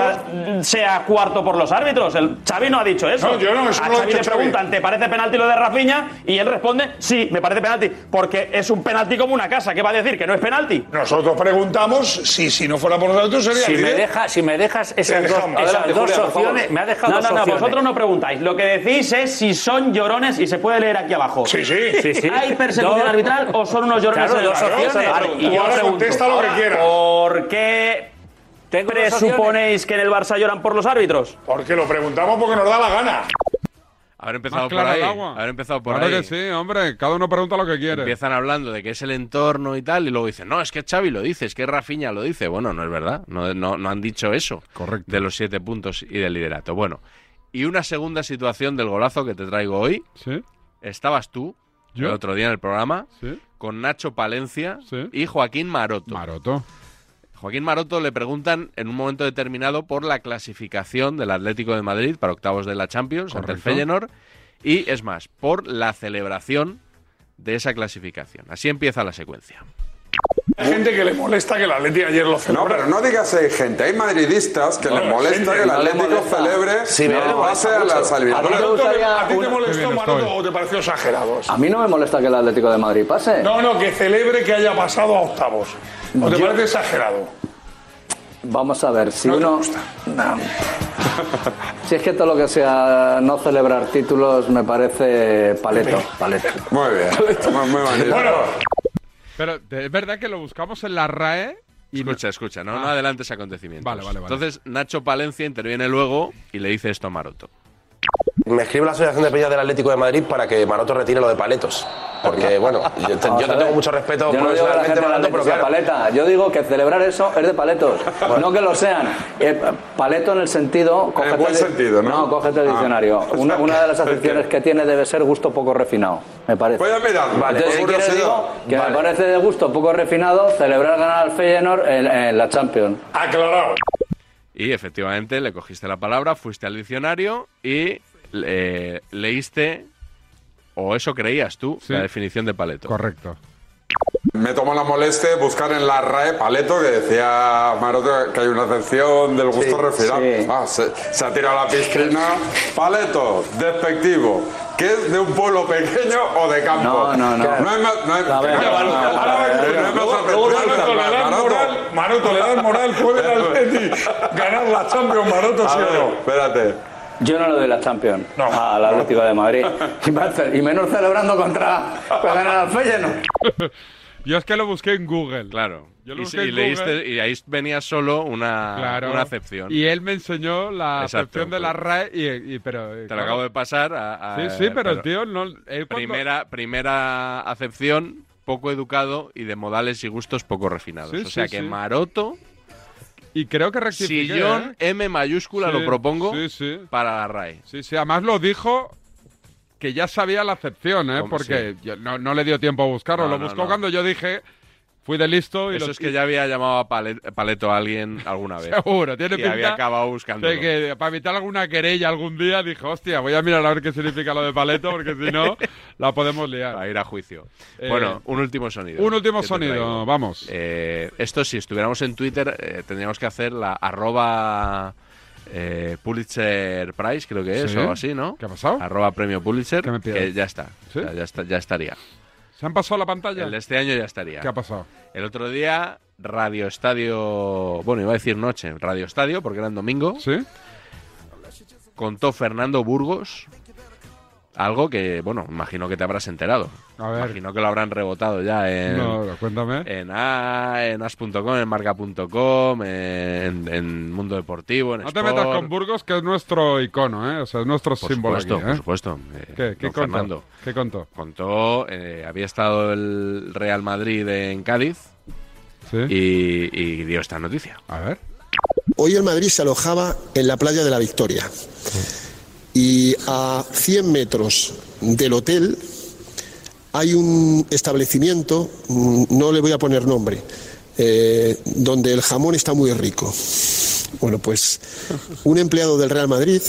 Speaker 13: Barça sea cuarto por los árbitros. El Xavi no ha dicho eso.
Speaker 12: No, yo no, eso
Speaker 13: a
Speaker 12: no lo ha
Speaker 13: Xavi
Speaker 12: dicho
Speaker 13: le
Speaker 12: Xavi.
Speaker 13: preguntan, ¿te parece penalti lo de Rafinha? Y él responde, sí, me parece penalti. Porque es un penalti como una casa. ¿Qué va a decir? ¿Que no es penalti?
Speaker 12: Nosotros preguntamos si si no fuera por los árbitros sería
Speaker 13: al
Speaker 14: si me,
Speaker 13: líder.
Speaker 14: deja, si me dejas esas
Speaker 13: Te
Speaker 14: dos,
Speaker 13: dejamos.
Speaker 14: esas
Speaker 13: Adelante,
Speaker 14: dos
Speaker 13: Julia, por favor.
Speaker 14: opciones, me ha dejado
Speaker 13: No,
Speaker 14: dos
Speaker 13: no, no,
Speaker 14: opciones.
Speaker 13: vosotros no preguntáis. Lo que decís es si son llorones y se puede leer aquí abajo.
Speaker 14: Sí, sí. Sí, sí.
Speaker 13: ¿Hay persecución
Speaker 14: Dos-
Speaker 13: arbitral o son unos llorones?
Speaker 14: Claro,
Speaker 13: en el
Speaker 14: dos
Speaker 13: bar?
Speaker 14: opciones.
Speaker 13: Esa es la
Speaker 14: Vale,
Speaker 13: pregunta.
Speaker 14: y yo
Speaker 13: Ahora
Speaker 14: pregunto,
Speaker 13: contesta lo que
Speaker 14: ahora,
Speaker 13: quieras. ¿Por qué
Speaker 14: dos
Speaker 13: presuponéis que en el Barça lloran por los árbitros?
Speaker 12: Porque lo preguntamos porque nos da la gana.
Speaker 7: Haber empezado
Speaker 4: Más
Speaker 7: por
Speaker 4: clara
Speaker 7: ahí.
Speaker 4: el agua.
Speaker 7: Haber empezado por
Speaker 4: Claro
Speaker 7: ahí.
Speaker 4: que sí, hombre. Cada uno pregunta lo que quiere.
Speaker 7: Empiezan hablando de que es el entorno y tal, y luego dicen, no, es que Xavi lo dice, es que Rafinha lo dice. Bueno, no es verdad, no, no, no han dicho eso Correcto. de los siete puntos y del liderato. Bueno, y una segunda situación del golazo que te traigo hoy. Estabas tú,
Speaker 4: ¿Yo?
Speaker 7: el otro día en el programa,
Speaker 4: Sí.
Speaker 7: con Nacho Palencia y Joaquín Maroto.
Speaker 4: Maroto.
Speaker 7: Joaquín Maroto le preguntan en un momento determinado por la clasificación del Atlético de Madrid para octavos de la Champions ante el
Speaker 4: Correcto.
Speaker 7: Feyenoord y es más, por la celebración de esa clasificación. Así empieza la secuencia.
Speaker 12: Hay gente que le molesta que el Atleti ayer lo celebrara.
Speaker 15: Pero no digas hay gente, hay madridistas que
Speaker 12: No,
Speaker 15: les
Speaker 12: hay
Speaker 15: molesta
Speaker 12: gente
Speaker 15: que el
Speaker 12: que no le
Speaker 15: Atlético
Speaker 12: molesta.
Speaker 15: celebre
Speaker 12: Sí,
Speaker 15: el
Speaker 12: pero le molesta
Speaker 15: pase a la
Speaker 12: mucho.
Speaker 15: salida.
Speaker 12: A ti te
Speaker 15: Maroto,
Speaker 12: gustaría- a ti te molestó,
Speaker 15: Qué bien
Speaker 12: Maroto,
Speaker 15: estoy.
Speaker 12: o te pareció exagerado eso?
Speaker 14: A mí no me molesta que el Atlético de Madrid pase.
Speaker 12: No, no, que celebre que haya pasado a octavos. ¿O te
Speaker 14: Yo-
Speaker 12: parece exagerado?
Speaker 14: Vamos a ver, si uno. No. Si es que todo lo que sea no celebrar títulos me parece paleto. paleto.
Speaker 15: Muy bien, muy, ¿eh? muy bonito.
Speaker 4: Pero ¿te- Eh, es verdad que lo buscamos en la RAE. Ah.
Speaker 7: Escucha, escucha, no, no adelante ese acontecimiento.
Speaker 4: Vale, vale, vale.
Speaker 7: Entonces Nacho Palencia interviene luego y le dice esto a Maroto.
Speaker 16: Me escribe la Asociación de Peñas del Atlético de Madrid para que Maroto retire lo de paletos. Porque, Eh, bueno, yo te,
Speaker 14: Vamos
Speaker 16: yo te
Speaker 14: a ver.
Speaker 16: tengo mucho respeto
Speaker 14: Yo no digo que la gente
Speaker 16: profesionalmente,
Speaker 14: del
Speaker 16: Maroto,
Speaker 14: Atlético
Speaker 16: pero
Speaker 14: sea
Speaker 16: claro.
Speaker 14: paleta. Yo digo que celebrar eso es de paletos, no que lo sean. Eh, paleto en el sentido. cógete
Speaker 16: buen
Speaker 14: el di-
Speaker 16: sentido, ¿no?
Speaker 14: cógete el
Speaker 16: Ah.
Speaker 14: diccionario. Una, una de las acepciones que tiene debe ser gusto poco refinado, me parece.
Speaker 16: Voy a mirar. Vale,
Speaker 14: Entonces, si
Speaker 16: por
Speaker 14: quieres,
Speaker 16: curiosidad.
Speaker 14: digo que
Speaker 16: Vale.
Speaker 14: me parece de gusto poco refinado celebrar ganar al Feyenoord en, en la Champions.
Speaker 12: Aclarado.
Speaker 7: Y efectivamente le cogiste la palabra, fuiste al diccionario y eh, leíste, o eso creías tú, la definición de paleto.
Speaker 4: Correcto.
Speaker 15: Me tomó la molestia de buscar en la RAE Paleto que decía Maroto que hay una excepción del gusto refinado. Ah, se, se ha tirado a la piscina. Paleto, despectivo. ¿Que es de un pueblo pequeño o de campo?
Speaker 14: No, no, no.
Speaker 15: No hay más. No hay,
Speaker 14: A ver,
Speaker 15: no hay
Speaker 14: no,
Speaker 15: más-
Speaker 14: no,
Speaker 15: no hay más-
Speaker 12: Luego Maroto le da el
Speaker 15: Maroto.
Speaker 12: moral, Maroto le da el moral, puede el Atleti ganar la Champions, Maroto,
Speaker 14: A
Speaker 12: sí o
Speaker 14: ver.
Speaker 12: no.
Speaker 15: Espérate.
Speaker 14: Yo no le doy la Champions al Atlético de Madrid. Y más ce- Y menos celebrando contra para ganar al Feyenoord.
Speaker 4: Yo es que lo busqué en Google.
Speaker 7: Claro.
Speaker 4: Yo lo
Speaker 7: Y,
Speaker 4: busqué
Speaker 7: y
Speaker 4: en Google.
Speaker 7: leíste, y ahí venía solo una,
Speaker 4: Claro.
Speaker 7: Ah, una acepción.
Speaker 4: Y él me enseñó la
Speaker 7: Exacto. pues.
Speaker 4: acepción de la RAE y, y- pero... eh,
Speaker 7: Te lo acabo de pasar a... a-
Speaker 4: Sí, sí, pero el tío no... él cuando-
Speaker 7: Primera, primera acepción, poco educado y de modales y gustos poco refinados.
Speaker 4: Sí,
Speaker 7: o sea
Speaker 4: sí,
Speaker 7: que
Speaker 4: sí.
Speaker 7: Maroto...
Speaker 4: Y creo que rectifiqué,
Speaker 7: Sillón
Speaker 4: ¿eh?
Speaker 7: M mayúscula
Speaker 4: Sí,
Speaker 7: lo propongo
Speaker 4: sí, sí.
Speaker 7: para la RAE.
Speaker 4: Sí, sí, además lo dijo que ya sabía la acepción, ¿eh?
Speaker 7: Hombre,
Speaker 4: Porque
Speaker 7: sí.
Speaker 4: yo- no, no le dio tiempo a buscarlo.
Speaker 7: No,
Speaker 4: lo
Speaker 7: no,
Speaker 4: buscó
Speaker 7: no.
Speaker 4: cuando yo dije, fui de listo y
Speaker 7: Eso
Speaker 4: lo-
Speaker 7: es que ya había llamado a Pale- Paleto a alguien alguna vez.
Speaker 4: Seguro, tiene
Speaker 7: y
Speaker 4: pinta
Speaker 7: había acabado buscándolo.
Speaker 4: de que para evitar alguna querella algún día dijo, hostia, voy a mirar a ver qué significa lo de paleto, porque si no, la podemos liar.
Speaker 7: A ir a juicio.
Speaker 4: Eh,
Speaker 7: bueno, un último sonido.
Speaker 4: un último
Speaker 7: que te
Speaker 4: sonido,
Speaker 7: traigo.
Speaker 4: vamos.
Speaker 7: Eh, esto, si estuviéramos en Twitter, eh, tendríamos que hacer la arroba eh, Pulitzer Prize, creo que es,
Speaker 4: Sí.
Speaker 7: o así, ¿no?
Speaker 4: ¿Qué ha pasado?
Speaker 7: Arroba premio Pulitzer,
Speaker 4: pides?
Speaker 7: que ya está.
Speaker 4: ¿Sí?
Speaker 7: O sea, ya, está- ya estaría.
Speaker 4: ¿Se han pasado la pantalla?
Speaker 7: El de este año ya estaría.
Speaker 4: ¿Qué ha pasado?
Speaker 7: El otro día, Radio Estadio. Bueno, iba a decir noche, Radio Estadio, porque era en domingo.
Speaker 4: Sí.
Speaker 7: Contó Fernando Burgos algo que, bueno, imagino que te habrás enterado.
Speaker 4: A ver.
Speaker 7: Imagino que lo habrán rebotado ya en.
Speaker 4: No, no, cuéntame.
Speaker 7: En, A, en as.com, en marca.com, en, en Mundo Deportivo, en
Speaker 4: No te metas
Speaker 7: Sport.
Speaker 4: con Burgos, que es nuestro icono, ¿eh? O sea, es nuestro
Speaker 7: Por
Speaker 4: símbolo
Speaker 7: supuesto,
Speaker 4: aquí, ¿eh?
Speaker 7: por supuesto. Eh,
Speaker 4: ¿Qué, qué
Speaker 7: don
Speaker 4: contó?
Speaker 7: Fernando.
Speaker 4: ¿Qué contó?
Speaker 7: Contó, eh, había estado el Real Madrid en Cádiz
Speaker 4: Sí.
Speaker 7: y, y dio esta noticia.
Speaker 4: A ver.
Speaker 17: Hoy el Madrid se alojaba en la playa de la Victoria y a 100 metros del hotel hay un establecimiento, mm, no le voy a poner nombre, eh, donde el jamón está muy rico. Bueno, pues un empleado del Real Madrid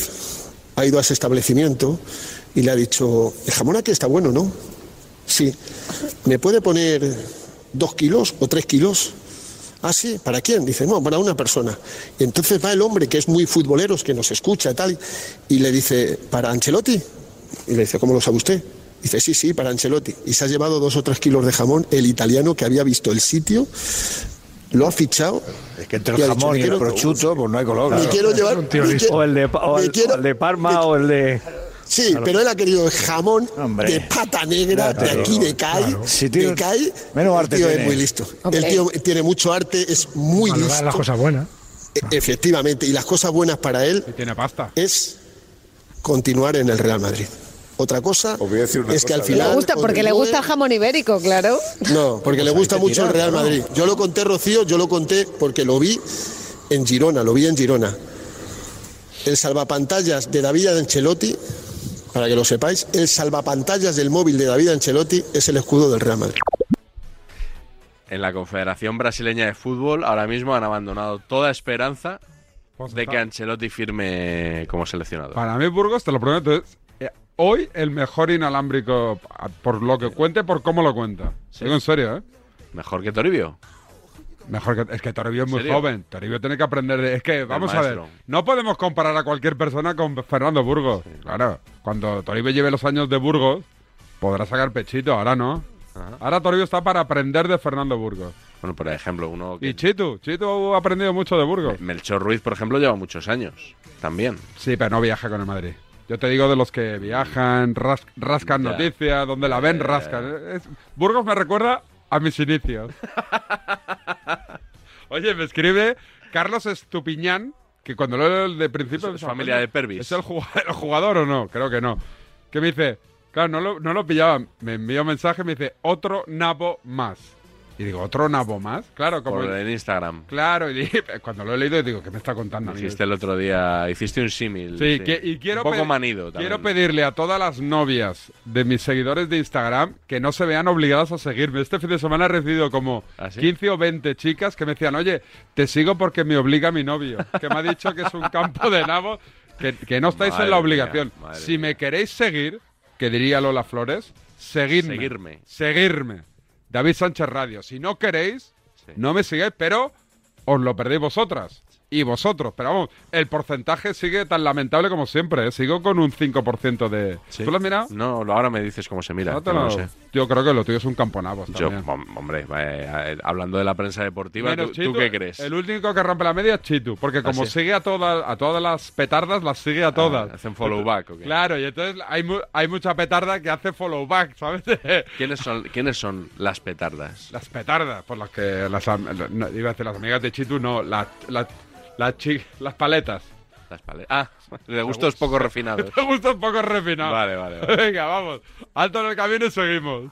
Speaker 17: ha ido a ese establecimiento y le ha dicho, el jamón aquí está bueno, ¿no? Sí, ¿me puede poner dos kilos o tres kilos? Ah, sí, ¿para quién? Dice, no, para una persona. Y entonces va el hombre, que es muy futbolero, que nos escucha y tal, y le dice, ¿para Ancelotti? Y le dice, ¿cómo lo sabe usted? Dice, sí, sí, para Ancelotti. Y se ha llevado dos o tres kilos de jamón, el italiano que había visto el sitio lo ha fichado.
Speaker 18: Es que entre
Speaker 17: y
Speaker 18: el
Speaker 17: ha dicho,
Speaker 18: jamón
Speaker 17: "Me
Speaker 18: y el
Speaker 17: quiero-
Speaker 18: prochuto, pues no hay color.
Speaker 17: Me
Speaker 18: claro.
Speaker 17: quiero llevar-
Speaker 18: Es un tío
Speaker 17: me
Speaker 18: listo.
Speaker 17: quiero-
Speaker 18: O el de, pa- o
Speaker 17: me
Speaker 18: el-
Speaker 17: quiero-
Speaker 18: o el de Parma o el de.
Speaker 17: Sí,
Speaker 18: Claro.
Speaker 17: pero él ha querido jamón
Speaker 18: Hombre.
Speaker 17: de pata negra,
Speaker 18: Ya te
Speaker 17: de aquí,
Speaker 18: digo,
Speaker 17: de CAI.
Speaker 18: claro. Si tienes-
Speaker 17: de CAI.
Speaker 18: menos
Speaker 17: el
Speaker 18: arte
Speaker 17: tío es
Speaker 18: tiene.
Speaker 17: muy listo.
Speaker 18: Hombre.
Speaker 17: El tío tiene mucho arte, es muy
Speaker 18: Valorar
Speaker 17: listo.
Speaker 18: las cosas
Speaker 17: buenas. Efectivamente, y las cosas buenas para él es continuar en el Real Madrid. Otra cosa es que al final.
Speaker 19: Le gusta, porque le gusta el jamón ibérico, claro.
Speaker 17: No, porque le gusta mucho el Real Madrid. Yo lo conté, Rocío, yo lo conté porque lo vi en Girona, lo vi en Girona. El salvapantallas de David Ancelotti, para que lo sepáis, el salvapantallas del móvil de David Ancelotti es el escudo del Real Madrid.
Speaker 7: En la Confederación Brasileña de Fútbol ahora mismo han abandonado toda esperanza de que Ancelotti firme como seleccionador.
Speaker 4: Para mí, Burgos, te lo prometo, es eh, hoy el mejor inalámbrico, a- por lo que cuente, por cómo lo cuenta. Digo en serio, ¿eh?
Speaker 7: Mejor que Toribio.
Speaker 4: Mejor que, es que Toribio es
Speaker 7: ¿En
Speaker 4: muy
Speaker 7: serio?
Speaker 4: joven. Toribio tiene que aprender de... Es que, vamos a ver,
Speaker 7: maestro.
Speaker 4: no podemos comparar a cualquier persona con Fernando Burgos. Claro, cuando Toribio lleve los años de Burgos, podrá sacar pechito, ahora no. Ahora Toribio está para aprender de Fernando Burgos.
Speaker 7: Bueno, por ejemplo, uno que
Speaker 4: Y Chitu, Chitu ha aprendido mucho de Burgos.
Speaker 7: Melchor Ruiz, por ejemplo, lleva muchos años también.
Speaker 4: Sí, pero no viaja con el Madrid. Yo te digo de los que viajan, ras- rascan
Speaker 7: Ya.
Speaker 4: noticias, donde la ven,
Speaker 7: Ya, ya,
Speaker 4: rascan.
Speaker 5: Eh.
Speaker 4: Es- Burgos me recuerda a mis inicios. Oye, me escribe Carlos Estupiñán, que cuando lo leo de principio...
Speaker 7: Es- es
Speaker 4: pensaba,
Speaker 7: familia
Speaker 4: "Coño,
Speaker 7: de Pervis".
Speaker 4: ¿Es el jugador, el jugador o no? Creo que no. Que me dice, claro, no lo, no lo pillaba. Me envía un mensaje, me dice, otro nabo más. Y digo, ¿otro nabo más? Claro, como...
Speaker 7: Por en Instagram.
Speaker 4: Claro, y dije, cuando lo he leído digo, ¿qué me está contando? a mí?
Speaker 7: Hiciste el otro día, hiciste un símil.
Speaker 4: Sí, que- y quiero
Speaker 7: Un poco
Speaker 4: pedi-
Speaker 7: manido también.
Speaker 4: Quiero pedirle a todas las novias de mis seguidores de Instagram que no se vean obligadas a seguirme. Este fin de semana he recibido como
Speaker 7: ¿Ah,
Speaker 4: 15 o 20 chicas que me decían, oye, te sigo porque me obliga mi novio, que me ha dicho que es un campo de nabos, que, que no estáis en
Speaker 7: Madre
Speaker 4: la
Speaker 7: mía,
Speaker 4: obligación.
Speaker 7: madre
Speaker 4: si me queréis seguir, que diría Lola Flores, seguidme.
Speaker 7: Seguirme.
Speaker 4: Seguirme. David Sánchez Radio. Si no queréis, no me sigáis, pero os lo perdéis vosotras y vosotros. Pero vamos, el porcentaje sigue tan lamentable como siempre. ¿eh? Sigo con un 5% de... ¿Tú lo has mirado?
Speaker 7: No, lo- ahora me dices cómo se mira.
Speaker 4: No te
Speaker 7: que no
Speaker 4: lo-
Speaker 7: lo sé.
Speaker 4: Yo creo que lo tuyo es un camponabos
Speaker 7: Yo,
Speaker 4: también.
Speaker 7: hom- hombre, eh, eh, hablando de la prensa deportiva,
Speaker 4: Menos
Speaker 7: ¿tú,
Speaker 4: Chitu,
Speaker 7: tú qué crees? Ah,
Speaker 4: El último que rompe la media es Chitu, porque como
Speaker 7: sí? Ah,
Speaker 4: sigue a todas a todas las petardas, las sigue a todas.
Speaker 7: hacen follow back, ¿o qué?
Speaker 4: Claro, y entonces hay, mu- hay mucha petarda que hace follow back, ¿sabes?
Speaker 7: ¿Quiénes son, ¿Quiénes son las petardas?
Speaker 4: Las petardas, por las que las, am- no, iba a decir las amigas de Chitu, no, las las- las chi- las paletas.
Speaker 7: Las pale- Ah, de gustos poco refinados.
Speaker 4: Te gusta un poco refinado.
Speaker 7: Vale, vale, vale.
Speaker 4: Venga, vamos. Alto en el camino y seguimos.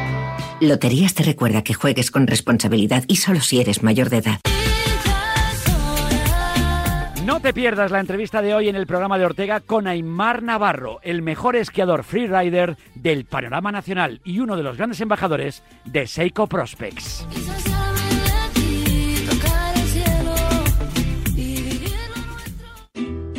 Speaker 20: Loterías te recuerda que juegues con responsabilidad y solo si eres mayor de edad.
Speaker 21: No te pierdas la entrevista de hoy en el programa de Ortega con Aymar Navarro, el mejor esquiador freerider del panorama nacional y uno de los grandes embajadores de Seiko Prospects.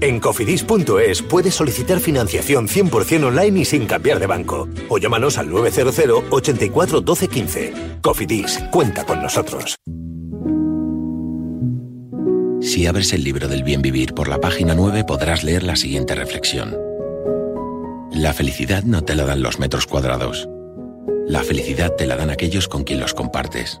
Speaker 1: En cofidis.es puedes solicitar financiación 100% online y sin cambiar de banco. O llámanos al 900 84 12 15. Cofidis, cuenta con nosotros.
Speaker 22: Si abres el libro del bien vivir por la página 9 podrás leer la siguiente reflexión. La felicidad no te la dan los metros cuadrados. La felicidad te la dan aquellos con quien los compartes.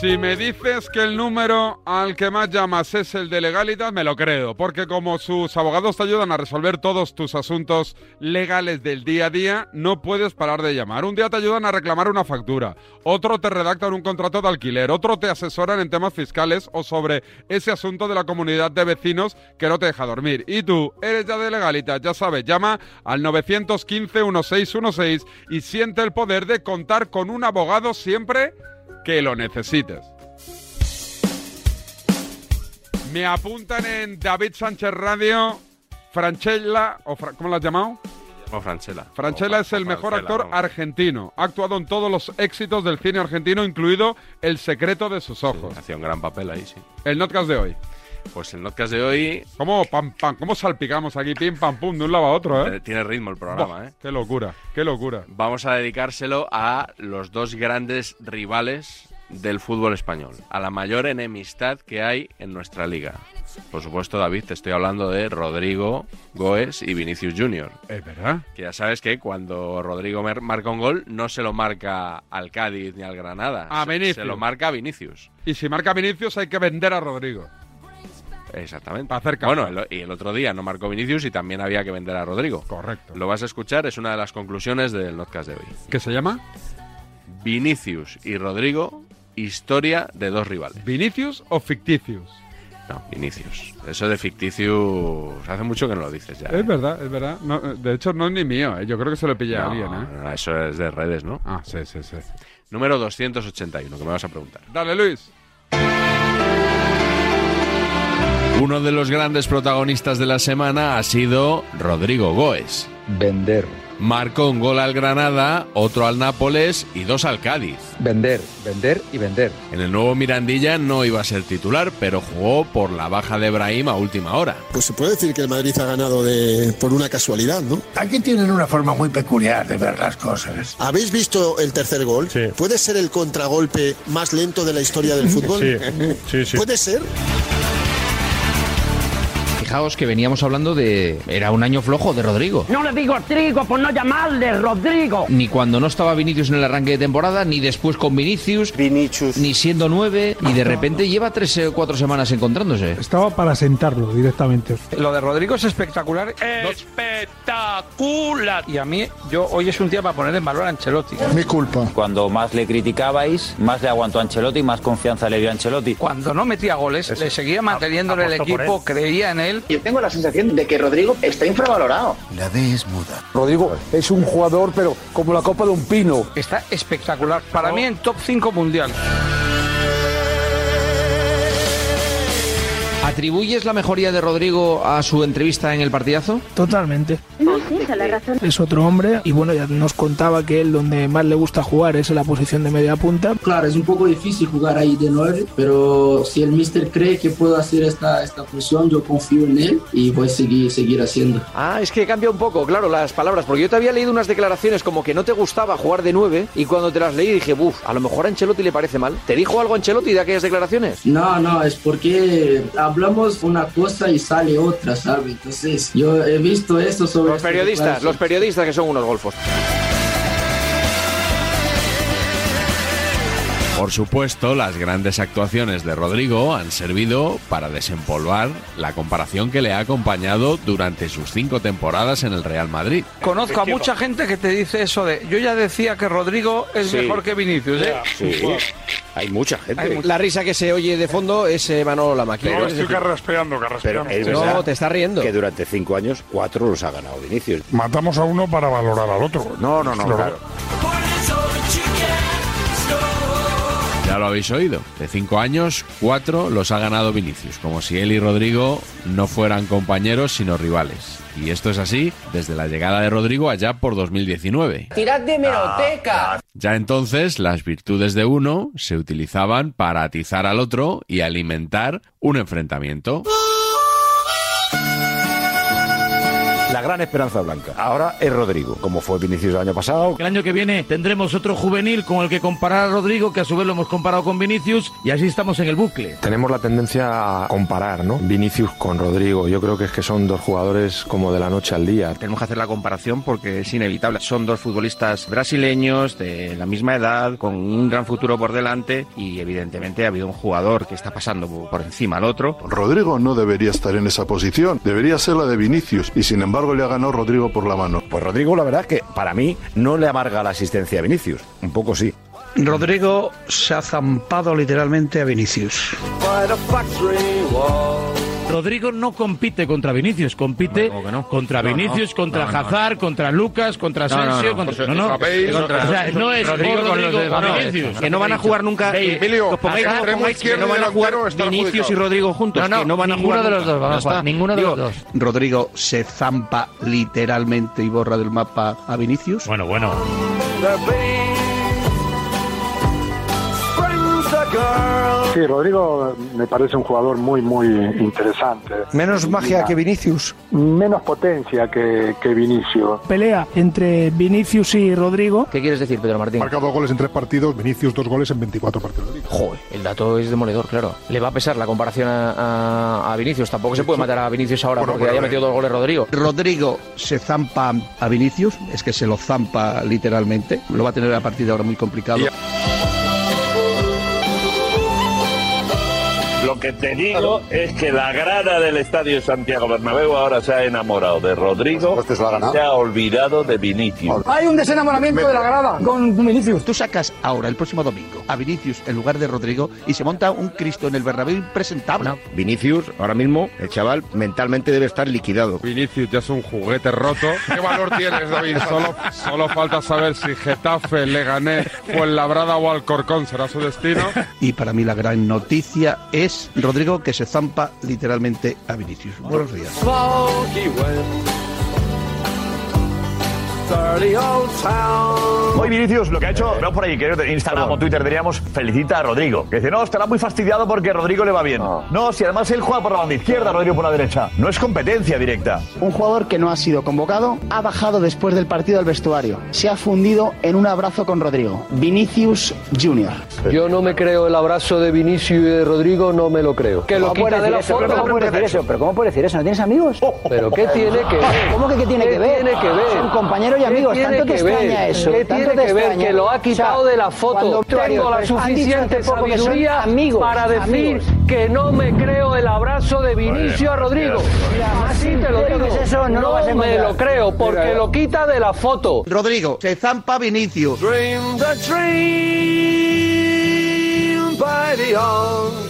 Speaker 4: Si me dices que el número al que más llamas es el de Legalitas, me lo creo, porque como sus abogados te ayudan a resolver todos tus asuntos legales del día a día, no puedes parar de llamar. Un día te ayudan a reclamar una factura, otro te redactan un contrato de alquiler, otro te asesoran en temas fiscales o sobre ese asunto de la comunidad de vecinos que no te deja dormir. Y tú, eres ya de Legalitas, ya sabes, llama al 915-1616 y siente el poder de contar con un abogado siempre que lo necesites. Me apuntan en David Sánchez Radio, Franchella, o Fra- ¿cómo lo has llamado?
Speaker 7: Guillermo Franchella.
Speaker 4: Franchella es el mejor
Speaker 7: Franchella,
Speaker 4: actor
Speaker 7: vamos.
Speaker 4: argentino. Ha actuado en todos los éxitos del cine argentino, incluido El secreto de sus ojos.
Speaker 7: Hacía un gran papel ahí, sí.
Speaker 4: El notcast de hoy.
Speaker 7: Pues el notcast de hoy...
Speaker 4: ¿Cómo, pam, pam, ¿Cómo salpicamos aquí, pim, pam, pum, de un lado a otro,
Speaker 7: Eh,
Speaker 4: eh?
Speaker 7: Tiene ritmo el programa,
Speaker 4: Buah,
Speaker 7: ¿eh?
Speaker 4: Qué locura, qué locura.
Speaker 7: Vamos a dedicárselo a los dos grandes rivales del fútbol español, a la mayor enemistad que hay en nuestra liga. Por supuesto, David, te estoy hablando de Rodrigo Goes y Vinicius Junior.
Speaker 4: Es verdad.
Speaker 7: Que ya sabes que cuando Rodrigo mer- marca un gol, no se lo marca al Cádiz ni al Granada.
Speaker 4: A
Speaker 7: Se-
Speaker 4: Vinicius.
Speaker 7: Se lo marca a Vinicius.
Speaker 4: Y si marca Vinicius, hay que vender a Rodrigo.
Speaker 7: Exactamente. Bueno, el o- y el otro día no marcó Vinicius y también había que vender a Rodrigo.
Speaker 4: Correcto.
Speaker 7: Lo vas a escuchar, es una de las conclusiones del podcast de hoy.
Speaker 4: ¿Qué se llama?
Speaker 7: Vinicius y Rodrigo, historia de dos rivales.
Speaker 4: ¿Vinicius o ficticius?
Speaker 7: No, Vinicius. Eso de ficticius hace mucho que no lo dices ya. ¿eh?
Speaker 4: Es verdad, es verdad. No, eh, de hecho, no es ni mío, eh. yo creo que se lo pilla
Speaker 7: No,
Speaker 4: alguien. ¿eh?
Speaker 7: no, eso es de redes, ¿no?
Speaker 4: Ah, sí, sí, sí.
Speaker 7: Número 281, que me vas a preguntar.
Speaker 4: Dale, Luis.
Speaker 7: Uno de los grandes protagonistas de la semana ha sido Rodrigo Goes.
Speaker 5: Vender,
Speaker 7: Marcó un gol al Granada, otro al Nápoles y dos al Cádiz.
Speaker 5: vender, vender y vender.
Speaker 7: En el nuevo Mirandilla no iba a ser titular, pero jugó por la baja de Brahim a última hora.
Speaker 17: Pues se puede decir que el Madrid ha ganado de, por una casualidad, ¿no?
Speaker 23: Aquí tienen una forma muy peculiar de ver las cosas.
Speaker 17: ¿Habéis visto el tercer gol? ¿Puede ser el contragolpe más lento de la historia del fútbol?
Speaker 5: Sí, sí, sí.
Speaker 17: ¿Puede ser?
Speaker 5: Fijaos que veníamos hablando de... Era un año flojo de Rodrigo.
Speaker 13: No le digo trigo por no llamarle Rodrigo.
Speaker 5: Ni cuando no estaba Vinicius en el arranque de temporada, ni después con Vinicius. Vinicius. Ni siendo nueve. Y de repente lleva tres o cuatro semanas encontrándose.
Speaker 11: Estaba para sentarlo directamente.
Speaker 5: Lo de Rodrigo es espectacular. ¡Espectacular! Y a mí, yo hoy es un día para poner en valor a Ancelotti.
Speaker 6: Mi culpa. Cuando más le criticabais, más le aguantó a Ancelotti, más confianza le dio a Ancelotti. Cuando
Speaker 5: No metía goles, le seguía manteniendo en el equipo, creía en él.
Speaker 6: Yo tengo la sensación de que Rodrigo está infravalorado.
Speaker 5: La D es muda.
Speaker 12: Rodrigo es un jugador, pero como la copa de un pino.
Speaker 5: Está espectacular. Para mí en top 5 mundial. ¿Atribuyes la mejoría de Rodrigo a su entrevista en el partidazo?
Speaker 11: Totalmente.
Speaker 24: No es esa la razón.
Speaker 11: Es otro hombre y bueno, ya nos contaba que él donde más le gusta jugar es en la posición de media punta.
Speaker 6: Claro, es un poco difícil jugar ahí de nueve, pero si el mister cree que puedo hacer esta, esta función, yo confío en él y voy a seguir, seguir haciendo.
Speaker 5: Ah, es que cambia un poco, claro, las palabras, porque yo te había leído unas declaraciones como que no te gustaba jugar de 9 y cuando te las leí dije, buf, a lo mejor a Ancelotti le parece mal. ¿Te dijo algo Ancelotti de aquellas declaraciones?
Speaker 6: No, no, es porque hablamos una cosa y sale otra, ¿sabes? Entonces, yo he visto eso sobre...
Speaker 5: Los periodistas, los periodistas que son unos golfos.
Speaker 7: Por supuesto, las grandes actuaciones de Rodrigo han servido para desempolvar la comparación que le ha acompañado durante sus cinco temporadas en el Real Madrid.
Speaker 5: Conozco a mucha gente que te dice eso de, yo ya decía que Rodrigo es
Speaker 7: Sí.
Speaker 5: mejor que Vinicius, ¿eh?
Speaker 7: Hay mucha gente.
Speaker 5: La risa que se oye de fondo es eh, Manolo la
Speaker 25: No, estoy carraspeando,
Speaker 26: Pero
Speaker 25: carraspeando.
Speaker 26: es verdad
Speaker 5: estás riendo.
Speaker 26: que durante cinco años, cuatro los ha ganado Vinicius.
Speaker 25: Matamos a uno para valorar al otro.
Speaker 26: No, no, no,
Speaker 25: Lo-
Speaker 26: claro.
Speaker 7: Ya Ya lo habéis oído. De cinco años, cuatro los ha ganado Vinicius, como si él y Rodrigo no fueran compañeros sino rivales. Y esto es así desde la llegada de Rodrigo allá por 2019.
Speaker 27: ¡Tirad de
Speaker 26: Ah,
Speaker 27: meroteca!
Speaker 7: Ya entonces las virtudes de uno se utilizaban para atizar al otro y alimentar un enfrentamiento.
Speaker 1: La gran esperanza blanca. Ahora es Rodrigo, como fue Vinicius el año pasado.
Speaker 13: El año que viene tendremos otro juvenil con el que comparar a Rodrigo, que a su vez lo hemos comparado con Vinicius, y así estamos en el bucle.
Speaker 28: Tenemos la tendencia a comparar, ¿no? Vinicius con Rodrigo. Yo creo que es que son dos jugadores como de la noche al día.
Speaker 29: Tenemos que hacer la comparación porque es inevitable. Son dos futbolistas brasileños de la misma edad, con un gran futuro por delante, y evidentemente ha habido un jugador que está pasando por encima al otro.
Speaker 30: Rodrigo no debería estar en esa posición, debería ser la de Vinicius, y sin embargo le ha ganado Rodrigo por la mano.
Speaker 1: Pues Rodrigo, la verdad es que para mí no le amarga la asistencia a Vinicius. Un poco sí.
Speaker 5: Rodrigo se ha zampado literalmente a Vinicius.
Speaker 13: Rodrigo no compite contra Vinicius, compite contra
Speaker 29: No, no.
Speaker 13: Vinicius, contra
Speaker 29: No, no.
Speaker 13: Hazard, contra Lucas, contra
Speaker 29: No, no,
Speaker 13: Sergio,
Speaker 29: no.
Speaker 13: contra...
Speaker 29: Eso- eso habéis-
Speaker 13: O sea, no es
Speaker 29: Rodrigo
Speaker 13: por
Speaker 29: con los
Speaker 13: Rodrigo
Speaker 29: de-
Speaker 13: con
Speaker 29: no, no,
Speaker 13: Vinicius.
Speaker 29: que no van a jugar nunca- eh,
Speaker 13: Veis,
Speaker 29: Emilio, que os pongáis-
Speaker 13: acá
Speaker 29: os pongáis
Speaker 13: pongáis
Speaker 29: que no van a jugar Vinicius y Rodrigo juntos,
Speaker 13: No, no,
Speaker 29: que no van a
Speaker 13: ninguno
Speaker 29: jugar
Speaker 13: de los
Speaker 29: nunca.
Speaker 13: dos van a
Speaker 29: Ya
Speaker 13: jugar,
Speaker 29: está.
Speaker 13: ninguno de
Speaker 29: Digo,
Speaker 13: los dos.
Speaker 5: Rodrigo se zampa literalmente y borra del mapa a Vinicius.
Speaker 13: Bueno, bueno.
Speaker 12: Sí, Rodrigo me parece un jugador muy, muy interesante.
Speaker 31: Menos magia que
Speaker 12: Vinicius. Menos potencia que, que Vinicius.
Speaker 32: Pelea entre Vinicius y Rodrigo.
Speaker 27: ¿Qué quieres decir, Pedro Martín?
Speaker 5: Marca dos goles en tres partidos, Vinicius dos goles en 24 partidos.
Speaker 27: Joder, el dato es demoledor, claro. Le va a pesar la comparación a, a- a Vinicius. Tampoco se puede matar a Vinicius ahora porque haya metido dos goles Rodrigo.
Speaker 5: Rodrigo se zampa a Vinicius, es que se lo zampa literalmente. Lo va a tener a partir de ahora muy complicado.
Speaker 19: Lo que te digo es que la grada del estadio Santiago Bernabéu ahora se ha enamorado de Rodrigo, se ha olvidado de Vinicius.
Speaker 5: Hay un desenamoramiento de la grada con Vinicius. Tú sacas ahora, el próximo domingo, a Vinicius en lugar de Rodrigo y se monta un Cristo en el Bernabéu impresentable.
Speaker 1: Vinicius, ahora mismo, el chaval mentalmente debe estar liquidado.
Speaker 4: Vinicius ya es un juguete roto. ¿Qué valor tienes, David? Solo, solo falta saber si Getafe, Leganés, Fuenlabrada o Alcorcón será su destino.
Speaker 5: Y para mí la gran noticia es Rodrigo que se zampa literalmente a Vinicius. Buenos días.
Speaker 15: Hoy Vinicius lo que ha hecho, vemos por ahí que en Instagram o Twitter diríamos, felicita a Rodrigo. Que dice, no, estará muy fastidiado porque a Rodrigo le va bien. No, si además él juega por la banda izquierda, Rodrigo por la derecha. No es competencia directa.
Speaker 11: Un jugador que no ha sido convocado ha bajado después del partido al vestuario. Se ha fundido en un abrazo con Rodrigo. Vinicius Junior. Yo no me creo el abrazo de Vinicius y de Rodrigo, no me lo creo. Que lo quita de la foto. ¿Cómo puedes decir eso? ¿Pero cómo puedes decir eso? ¿No tienes amigos? ¿Pero qué tiene que ver? ¿Cómo que qué tiene ¿Qué que ver? tiene que ver? Son compañeros y ¿Qué amigos. tiene ¿Tanto te que ver? extraña eso? ¿Qué ¿Tanto tiene te que ver? extraña? Que lo ha O sea, quitado de la foto. cuando Tengo la varios, pues, han dicho suficiente hace poco que son sabiduría amigos, para decir amigos. que no me creo el abrazo de Vinicio a Rodrigo. Así te lo digo. eso, no lo vas a me encontrar. lo creo porque Mira, lo quita de la foto.
Speaker 5: Rodrigo se zampa a Vinicius.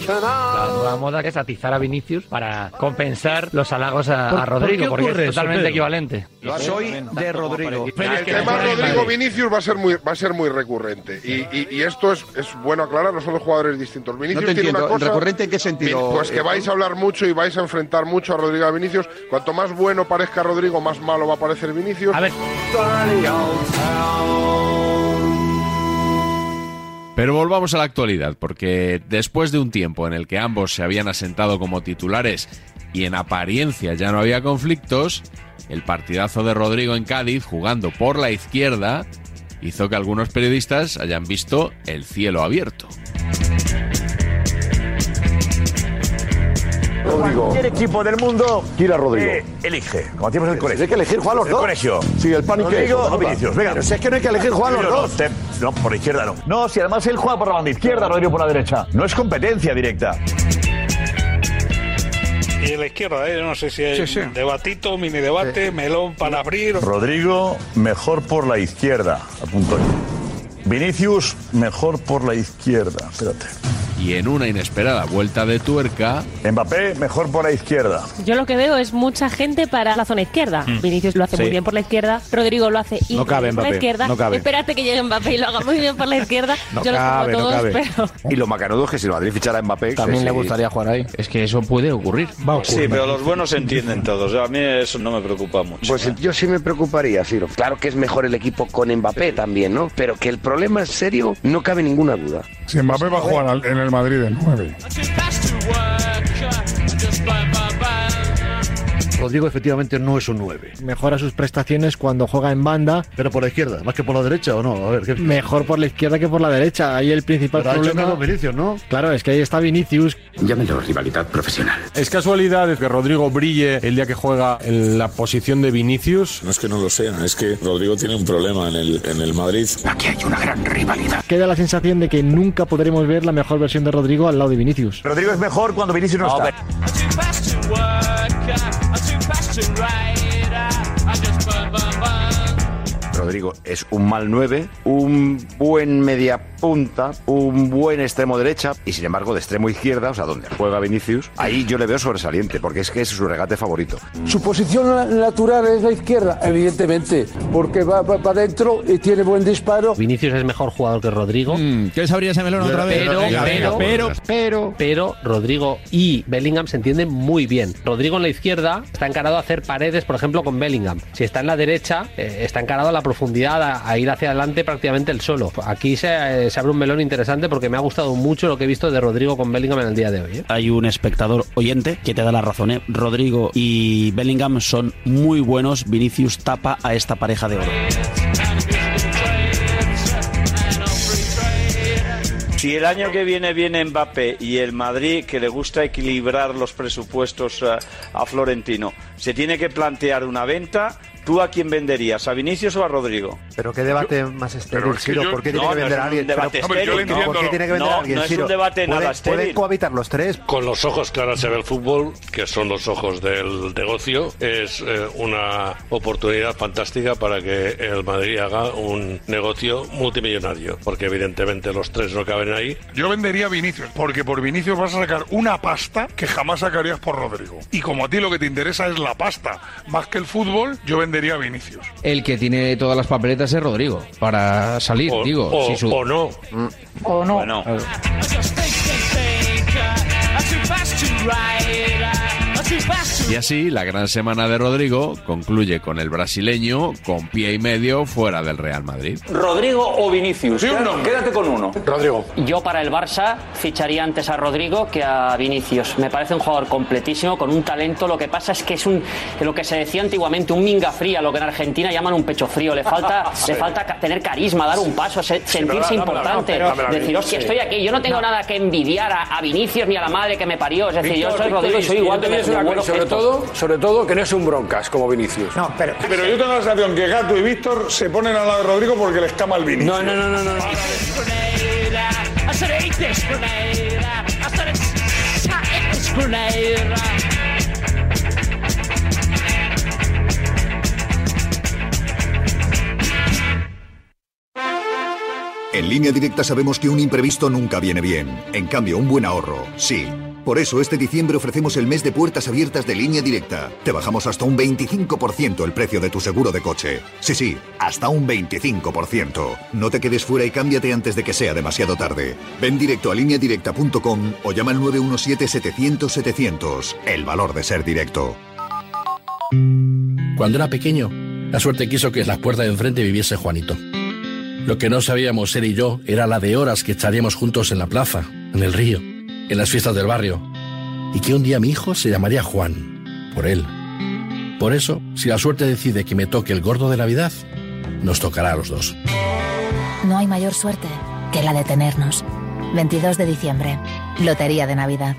Speaker 27: La
Speaker 13: nueva moda que es atizar a Vinicius para compensar los halagos a,
Speaker 27: ¿Por-
Speaker 13: a Rodrigo,
Speaker 27: por qué
Speaker 13: porque
Speaker 27: ocurre
Speaker 13: es
Speaker 27: eso,
Speaker 13: totalmente
Speaker 27: Pedro?
Speaker 13: equivalente.
Speaker 5: Soy de Rodrigo.
Speaker 15: El tema Rodrigo Vinicius va a ser muy, va a ser muy recurrente. Y, y- y esto es, es bueno aclararlo, son dos jugadores distintos. Vinicius
Speaker 5: no te
Speaker 15: tiene
Speaker 5: entiendo.
Speaker 15: una cosa.
Speaker 5: ¿Recurrente en qué sentido?
Speaker 15: Pues que
Speaker 5: eh,
Speaker 15: vais a hablar mucho y vais a enfrentar mucho a Rodrigo y a Vinicius. Cuanto más bueno parezca Rodrigo, más malo va a parecer Vinicius. A ver.
Speaker 7: Pero volvamos a la actualidad, porque después de un tiempo en el que ambos se habían asentado como titulares y en apariencia ya no había conflictos, el partidazo de Rodrigo en Cádiz jugando por la izquierda hizo que algunos periodistas hayan visto el cielo abierto.
Speaker 12: "Ah, Cualquier equipo del mundo.
Speaker 1: Tira Rodrigo.
Speaker 12: eh, elige. Como hacíamos en el colegio.
Speaker 1: Hay que elegir, Juan, los
Speaker 12: El
Speaker 1: dos.
Speaker 12: colegio.
Speaker 1: Sí, el pan y
Speaker 12: Rodrigo
Speaker 1: queso,
Speaker 12: o
Speaker 1: venga.
Speaker 12: Vinicius. Venga.
Speaker 1: Pero si es que no hay que elegir, Juan, los
Speaker 12: Rodrigo no,
Speaker 1: dos.
Speaker 12: te- No, por la izquierda no.
Speaker 19: No, si además él juega por la banda izquierda, Rodrigo por la derecha. No es competencia directa.
Speaker 33: Y de la izquierda, ¿eh? no sé si hay
Speaker 12: Sí, sí.
Speaker 33: debatito, mini debate, melón para abrir.
Speaker 12: Rodrigo, mejor por la izquierda. Apunto yo. Vinicius, mejor por la izquierda. Espérate.
Speaker 7: y en una inesperada vuelta de tuerca.
Speaker 19: Mbappé, mejor por la izquierda.
Speaker 34: Yo lo que veo es mucha gente para la zona izquierda.
Speaker 19: Mm.
Speaker 34: Vinicius lo hace
Speaker 19: Sí.
Speaker 34: muy bien por la izquierda, Rodrigo lo hace
Speaker 19: No
Speaker 34: increíble
Speaker 19: cabe
Speaker 34: por la
Speaker 19: Mbappé,
Speaker 34: izquierda.
Speaker 27: no cabe.
Speaker 34: Esperarte que llegue Mbappé y lo haga muy bien por la izquierda.
Speaker 27: No
Speaker 34: Yo
Speaker 27: cabe,
Speaker 34: los
Speaker 27: no
Speaker 34: pongo todos,
Speaker 27: cabe.
Speaker 34: pero
Speaker 27: Y lo macanudo es que si el Madrid fichara a Mbappé...
Speaker 35: También le gustaría
Speaker 27: jugar ahí. Es que eso puede ocurrir.
Speaker 13: Sí, pero los buenos se entienden todos. A mí eso no me preocupa mucho.
Speaker 36: Pues yo sí me preocuparía, Ciro. Claro que es mejor el equipo con Mbappé también, ¿no? Pero que el problema es serio, no cabe ninguna duda.
Speaker 12: Si Mbappé va a jugar al- en el Madrid de 9.
Speaker 17: Rodrigo efectivamente no es un 9. Mejora sus prestaciones cuando juega en banda. Pero por la izquierda, más que por la derecha o no. A ver, Mejor por la izquierda que por la derecha. Ahí el principal
Speaker 27: Pero ha hecho
Speaker 17: problema.
Speaker 27: menos Vinicius,
Speaker 17: ¿no? Claro, es que ahí está Vinicius.
Speaker 37: Llámelo rivalidad profesional.
Speaker 1: ¿Es casualidad que Rodrigo brille el día que juega en la posición de Vinicius?
Speaker 37: No es que no lo sea, es que Rodrigo tiene un problema en el, en el Madrid. Aquí hay una gran rivalidad.
Speaker 17: Queda la sensación de que nunca podremos ver la mejor versión de Rodrigo al lado de Vinicius.
Speaker 19: Rodrigo es mejor cuando Vinicius no, está.
Speaker 27: Rodrigo es un mal 9, un buen media punta, un buen extremo derecha y sin embargo de extremo izquierda, o sea, donde juega Vinicius, ahí yo le veo sobresaliente porque es que es su regate favorito.
Speaker 3: Su posición na- natural es la izquierda, evidentemente, porque va para adentro y tiene buen disparo.
Speaker 6: Vinicius es mejor jugador que Rodrigo.
Speaker 38: ¿Qué les abrir ese melón otra vez?
Speaker 6: Pero, pero, pero, pero, Rodrigo y Bellingham se entienden muy bien. Rodrigo en la izquierda está encarado a hacer paredes, por ejemplo, con Bellingham. Si está en la derecha, eh, está encarado a la profundidad, a, a ir hacia adelante prácticamente el solo. Aquí se, eh, se abre un melón interesante porque me ha gustado mucho lo que he visto de Rodrigo con Bellingham en el día de hoy. ¿eh?
Speaker 39: Hay un espectador oyente que te da la razón, ¿eh? Rodrigo y Bellingham son muy buenos. Vinicius tapa a esta pareja de oro.
Speaker 13: Si el año que viene viene Mbappé y el Madrid, que le gusta equilibrar los presupuestos eh, a, Florentino, se tiene que plantear una venta. ¿Tú a quién venderías? ¿A Vinicius o a Rodrigo?
Speaker 39: Pero qué debate más
Speaker 13: pero
Speaker 39: estéril,
Speaker 13: es que
Speaker 39: Ciro.
Speaker 13: yo-
Speaker 39: ¿Por qué
Speaker 13: no,
Speaker 39: tiene que
Speaker 13: no
Speaker 39: vender
Speaker 13: es
Speaker 39: a
Speaker 13: un
Speaker 39: alguien?
Speaker 13: debate
Speaker 39: Pero-
Speaker 13: estéril, Hombre, yo lo
Speaker 39: ¿Por qué
Speaker 13: entiendo.
Speaker 39: tiene que vender
Speaker 13: No,
Speaker 39: a alguien,
Speaker 13: no es un
Speaker 39: Ciro?
Speaker 13: debate nada
Speaker 39: ¿Pueden-
Speaker 13: estéril.
Speaker 39: ¿Pueden cohabitar los tres?
Speaker 40: Con los ojos que ahora se ve el fútbol, que son los ojos del negocio, es eh, una oportunidad fantástica para que el Madrid haga un negocio multimillonario, porque evidentemente los tres no caben ahí.
Speaker 12: Yo vendería a Vinicius, porque por Vinicius vas a sacar una pasta que jamás sacarías por Rodrigo. Y como a ti lo que te interesa es la pasta, más que el fútbol, yo vendería a Vinicius.
Speaker 35: El que tiene todas las papeletas es Rodrigo. Para salir,
Speaker 13: O-
Speaker 35: digo.
Speaker 13: o-
Speaker 35: si su-
Speaker 13: o no.
Speaker 35: O no.
Speaker 7: Y así, la gran semana de Rodrigo concluye con el brasileño con pie y medio fuera del Real Madrid.
Speaker 41: ¿Rodrigo o Vinicius?
Speaker 7: Sí, un
Speaker 41: Queda-
Speaker 7: nombre.
Speaker 41: Quédate con uno.
Speaker 7: Rodrigo.
Speaker 41: Yo para el Barça ficharía antes a Rodrigo que a Vinicius. Me parece un jugador completísimo, con un talento. Lo que pasa es que es un lo que se decía antiguamente, un minga fría, lo que en Argentina llaman un pecho frío. Le falta,
Speaker 42: Sí.
Speaker 41: le falta ca- tener carisma, dar un paso, se- sentirse
Speaker 42: pero dámela,
Speaker 41: importante.
Speaker 42: no, pero-
Speaker 41: decir, hostia,
Speaker 42: sí.
Speaker 41: estoy aquí. Yo no tengo
Speaker 42: No.
Speaker 41: nada que envidiar a, a Vinicius ni a la madre que me parió. Es decir, yo soy Rodrigo y soy igual que me, me muero
Speaker 3: sobre
Speaker 41: gestos.
Speaker 3: todo, sobre todo que no es un broncas como Vinicius. No, pero
Speaker 12: Pero yo tengo la sensación que Gato y Víctor se ponen al lado de Rodrigo porque les cama el Vinicius. No, no, no, no.
Speaker 1: En línea directa sabemos que un imprevisto nunca viene bien. En cambio, un buen ahorro, sí. Por eso este diciembre ofrecemos el mes de puertas abiertas de línea directa. Te bajamos hasta un 25% el precio de tu seguro de coche. Sí, sí, hasta un 25%. No te quedes fuera y cámbiate antes de que sea demasiado tarde. Ven directo a lineadirecta.com o llama al 917-700-700. El valor de ser directo.
Speaker 5: Cuando era pequeño, la suerte quiso que en las puertas de enfrente viviese Juanito. Lo que no sabíamos él y yo era la de horas que echaríamos juntos en la plaza, en el río, en las fiestas del barrio. Y que un día mi hijo se llamaría Juan, por él. Por eso, si la suerte decide que me toque el gordo de Navidad, nos tocará a los dos.
Speaker 43: No hay mayor suerte que la de tenernos. 22 de diciembre, Lotería de Navidad.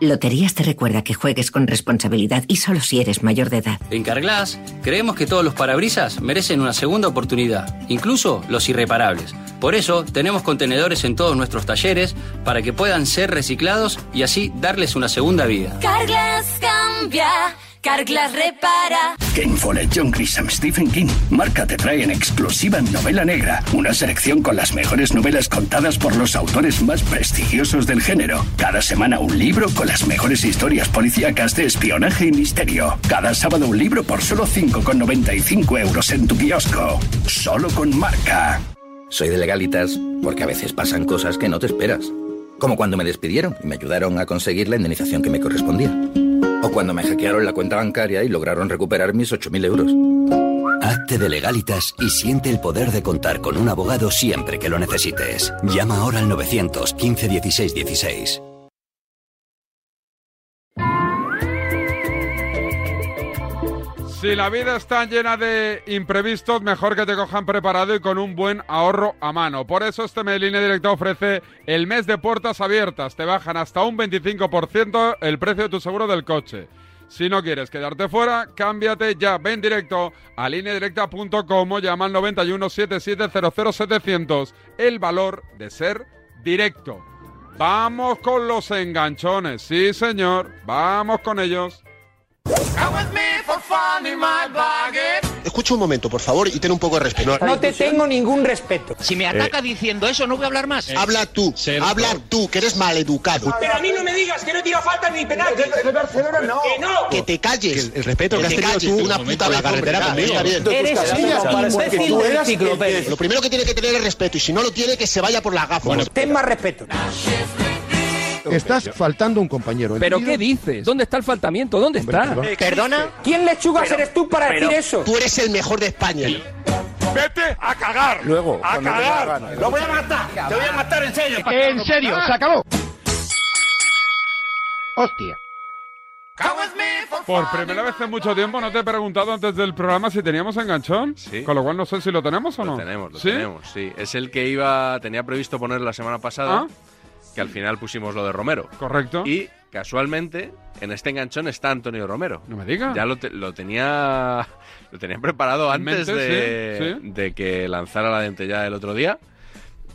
Speaker 20: Loterías te recuerda que juegues con responsabilidad y solo si eres mayor de edad.
Speaker 44: En Carglass creemos que todos los parabrisas merecen una segunda oportunidad, incluso los irreparables. Por eso tenemos contenedores en todos nuestros talleres para que puedan ser reciclados y así darles una segunda vida.
Speaker 20: Carglass cambia,
Speaker 34: Carglass repara.
Speaker 45: Gamefonet John Grisham Stephen King. Marca te trae en exclusiva Novela Negra, una selección con las mejores novelas contadas por los autores más prestigiosos del género. Cada semana un libro con las mejores historias policíacas de espionaje y misterio. Cada sábado un libro por solo 5,95 euros en tu kiosco. Solo con Marca.
Speaker 46: Soy de legalitas porque a veces pasan cosas que no te esperas. Como cuando me despidieron y me ayudaron a conseguir la indemnización que me correspondía. O cuando me hackearon la cuenta bancaria y lograron recuperar mis 8.000 euros.
Speaker 47: Hazte de legalitas y siente el poder de contar con un abogado siempre que lo necesites. Llama ahora al 915 16 16.
Speaker 4: Si la vida está llena de imprevistos, mejor que te cojan preparado y con un buen ahorro a mano. Por eso este Medellínea Directa ofrece el mes de puertas abiertas. Te bajan hasta un 25% el precio de tu seguro del coche. Si no quieres quedarte fuera, cámbiate ya. Ven directo a lineadirecta.com o llama al 91 77 700 El valor de ser directo. Vamos con los enganchones. Sí, señor. Vamos con ellos.
Speaker 17: Escucha un momento, por favor, y ten un poco de respeto.
Speaker 5: No te tengo ningún respeto. Si me
Speaker 17: ataca
Speaker 5: diciendo eso, no voy a hablar más.
Speaker 17: Habla tú, habla tú, que eres maleducado.
Speaker 5: Eh. Pero a mí no me digas que no tira falta ni penal.
Speaker 17: no.
Speaker 5: Que no.
Speaker 17: Que te calles. el respeto que que, has te tenido calles. tú, una puta en la carretera conmigo.
Speaker 5: Eres un imbécil del ciclo, Pérez.
Speaker 17: Lo primero que tiene que tener es respeto, y si no lo tiene, que se vaya por las gafas.
Speaker 5: Ten más respeto.
Speaker 48: Estás faltando a un compañero.
Speaker 49: ¿Pero qué dices? ¿Dónde está el faltamiento? ¿Dónde está?
Speaker 17: ¿Perdona?
Speaker 5: ¿Quién lechugas
Speaker 49: Pero-
Speaker 5: eres tú para
Speaker 49: pero-
Speaker 5: decir eso?
Speaker 17: Tú eres el mejor de España.
Speaker 50: Vete a cagar.
Speaker 5: Luego,
Speaker 50: A
Speaker 5: cuando te dé la
Speaker 50: cagar.
Speaker 5: gana.
Speaker 50: Lo voy a matar. Te voy a matar en serio.
Speaker 5: Eh, En serio, se acabó.
Speaker 48: Hostia.
Speaker 4: Por primera vez en mucho tiempo no te he preguntado antes del programa si teníamos enganchón. Con lo cual no sé si lo tenemos o no.
Speaker 7: Lo tenemos, lo
Speaker 4: ¿Sí?
Speaker 7: tenemos, sí. Es el que iba, tenía previsto poner la semana pasada,
Speaker 4: Ah.
Speaker 7: que al final pusimos lo de Romero.
Speaker 4: Correcto.
Speaker 7: Y casualmente, en este enganchón está Antonio Romero. No
Speaker 4: me digas.
Speaker 7: Ya lo, te- lo tenía lo tenía preparado
Speaker 4: En
Speaker 7: antes
Speaker 4: mente,
Speaker 7: de,
Speaker 4: sí,
Speaker 7: de que lanzara la dentellada el otro día.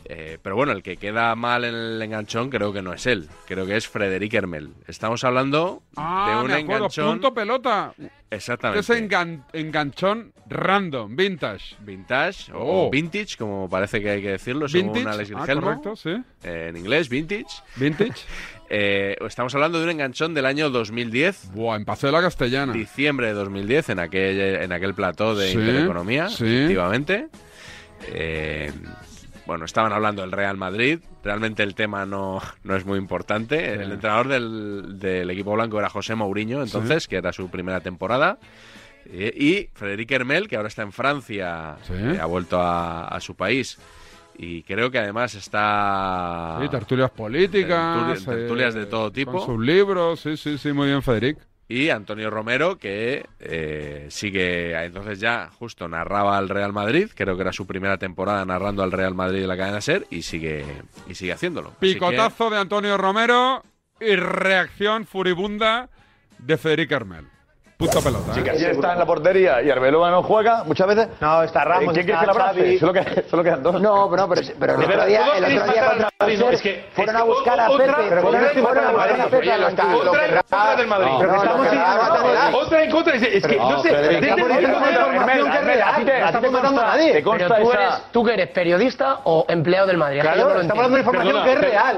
Speaker 7: Eh, pero bueno, el que queda mal en el enganchón creo que no es él, creo que es Frederic Hermel. Estamos hablando
Speaker 4: Ah,
Speaker 7: de un
Speaker 4: me acuerdo,
Speaker 7: enganchón.
Speaker 4: punto pelota.
Speaker 7: Exactamente.
Speaker 4: Ese engan- enganchón random, vintage.
Speaker 7: Vintage
Speaker 4: Oh.
Speaker 7: o vintage, como parece que hay que decirlo, según
Speaker 4: Vintage,
Speaker 7: Alex
Speaker 4: ah,
Speaker 7: Grigelmo.
Speaker 4: correcto, sí.
Speaker 7: Eh, en inglés, vintage. Eh,
Speaker 4: Vintage.
Speaker 7: estamos hablando de un enganchón del año 2010.
Speaker 4: Buah, en Paseo de la Castellana.
Speaker 7: Diciembre de 2010, en aquel, en aquel plató de
Speaker 4: Sí,
Speaker 7: Intereconomía,
Speaker 4: sí.
Speaker 7: efectivamente. Eh, bueno, estaban hablando del Real Madrid. Realmente el tema no, no es muy importante.
Speaker 4: Sí.
Speaker 7: El entrenador del, del equipo blanco era José Mourinho, entonces, que era su primera temporada. Eh, y Frederic Hermel, que ahora está en Francia, eh, ha vuelto a, a su país. Y creo que además está.
Speaker 4: Sí, tertulias políticas.
Speaker 7: Ah. Tertuli- tertulias de todo tipo.
Speaker 4: Con sus libros, sí, sí, sí, muy bien, Federic.
Speaker 7: Y Antonio Romero, que eh, sigue, entonces ya justo narraba al Real Madrid, creo que era su primera temporada narrando al Real Madrid de la cadena Ser, y sigue, y sigue haciéndolo. Así que-
Speaker 4: Picotazo de Antonio Romero y reacción furibunda de Federic Hermel. Punto pelota. ¿eh?
Speaker 19: García está en la portería y Arbeloa no juega muchas veces. No, está
Speaker 50: Ramos,
Speaker 19: ¿Quién
Speaker 50: está
Speaker 19: quiere que la abrace?
Speaker 50: Xavi.
Speaker 19: Solo, que- solo quedan dos.
Speaker 50: No, pero,
Speaker 5: Pues,
Speaker 50: pero,
Speaker 19: el otro
Speaker 50: verdad,
Speaker 19: día-
Speaker 50: todos
Speaker 19: el otro
Speaker 50: queréis
Speaker 19: día
Speaker 50: matar
Speaker 19: contra
Speaker 50: al Madrid,
Speaker 19: Manchester
Speaker 50: es que- es
Speaker 19: fueron a
Speaker 50: que
Speaker 19: buscar a
Speaker 50: otra-
Speaker 19: Pepe,
Speaker 50: pero
Speaker 19: fueron
Speaker 50: queréis
Speaker 19: a buscar
Speaker 50: matar
Speaker 19: a
Speaker 50: al
Speaker 19: Pepe
Speaker 50: Madrid,
Speaker 19: a la
Speaker 50: oye, está-
Speaker 19: altura.
Speaker 50: otra en contra del Madrid. Pero que estamos sin- otra en contra, es- es que no sé, desde- desde-
Speaker 19: estamos matando a nadie.
Speaker 5: Pero tú eres, tú que eres periodista o empleado del Madrid.
Speaker 19: Claro,
Speaker 5: Yo no lo
Speaker 19: estamos hablando de
Speaker 5: entiendo.
Speaker 19: información que es real.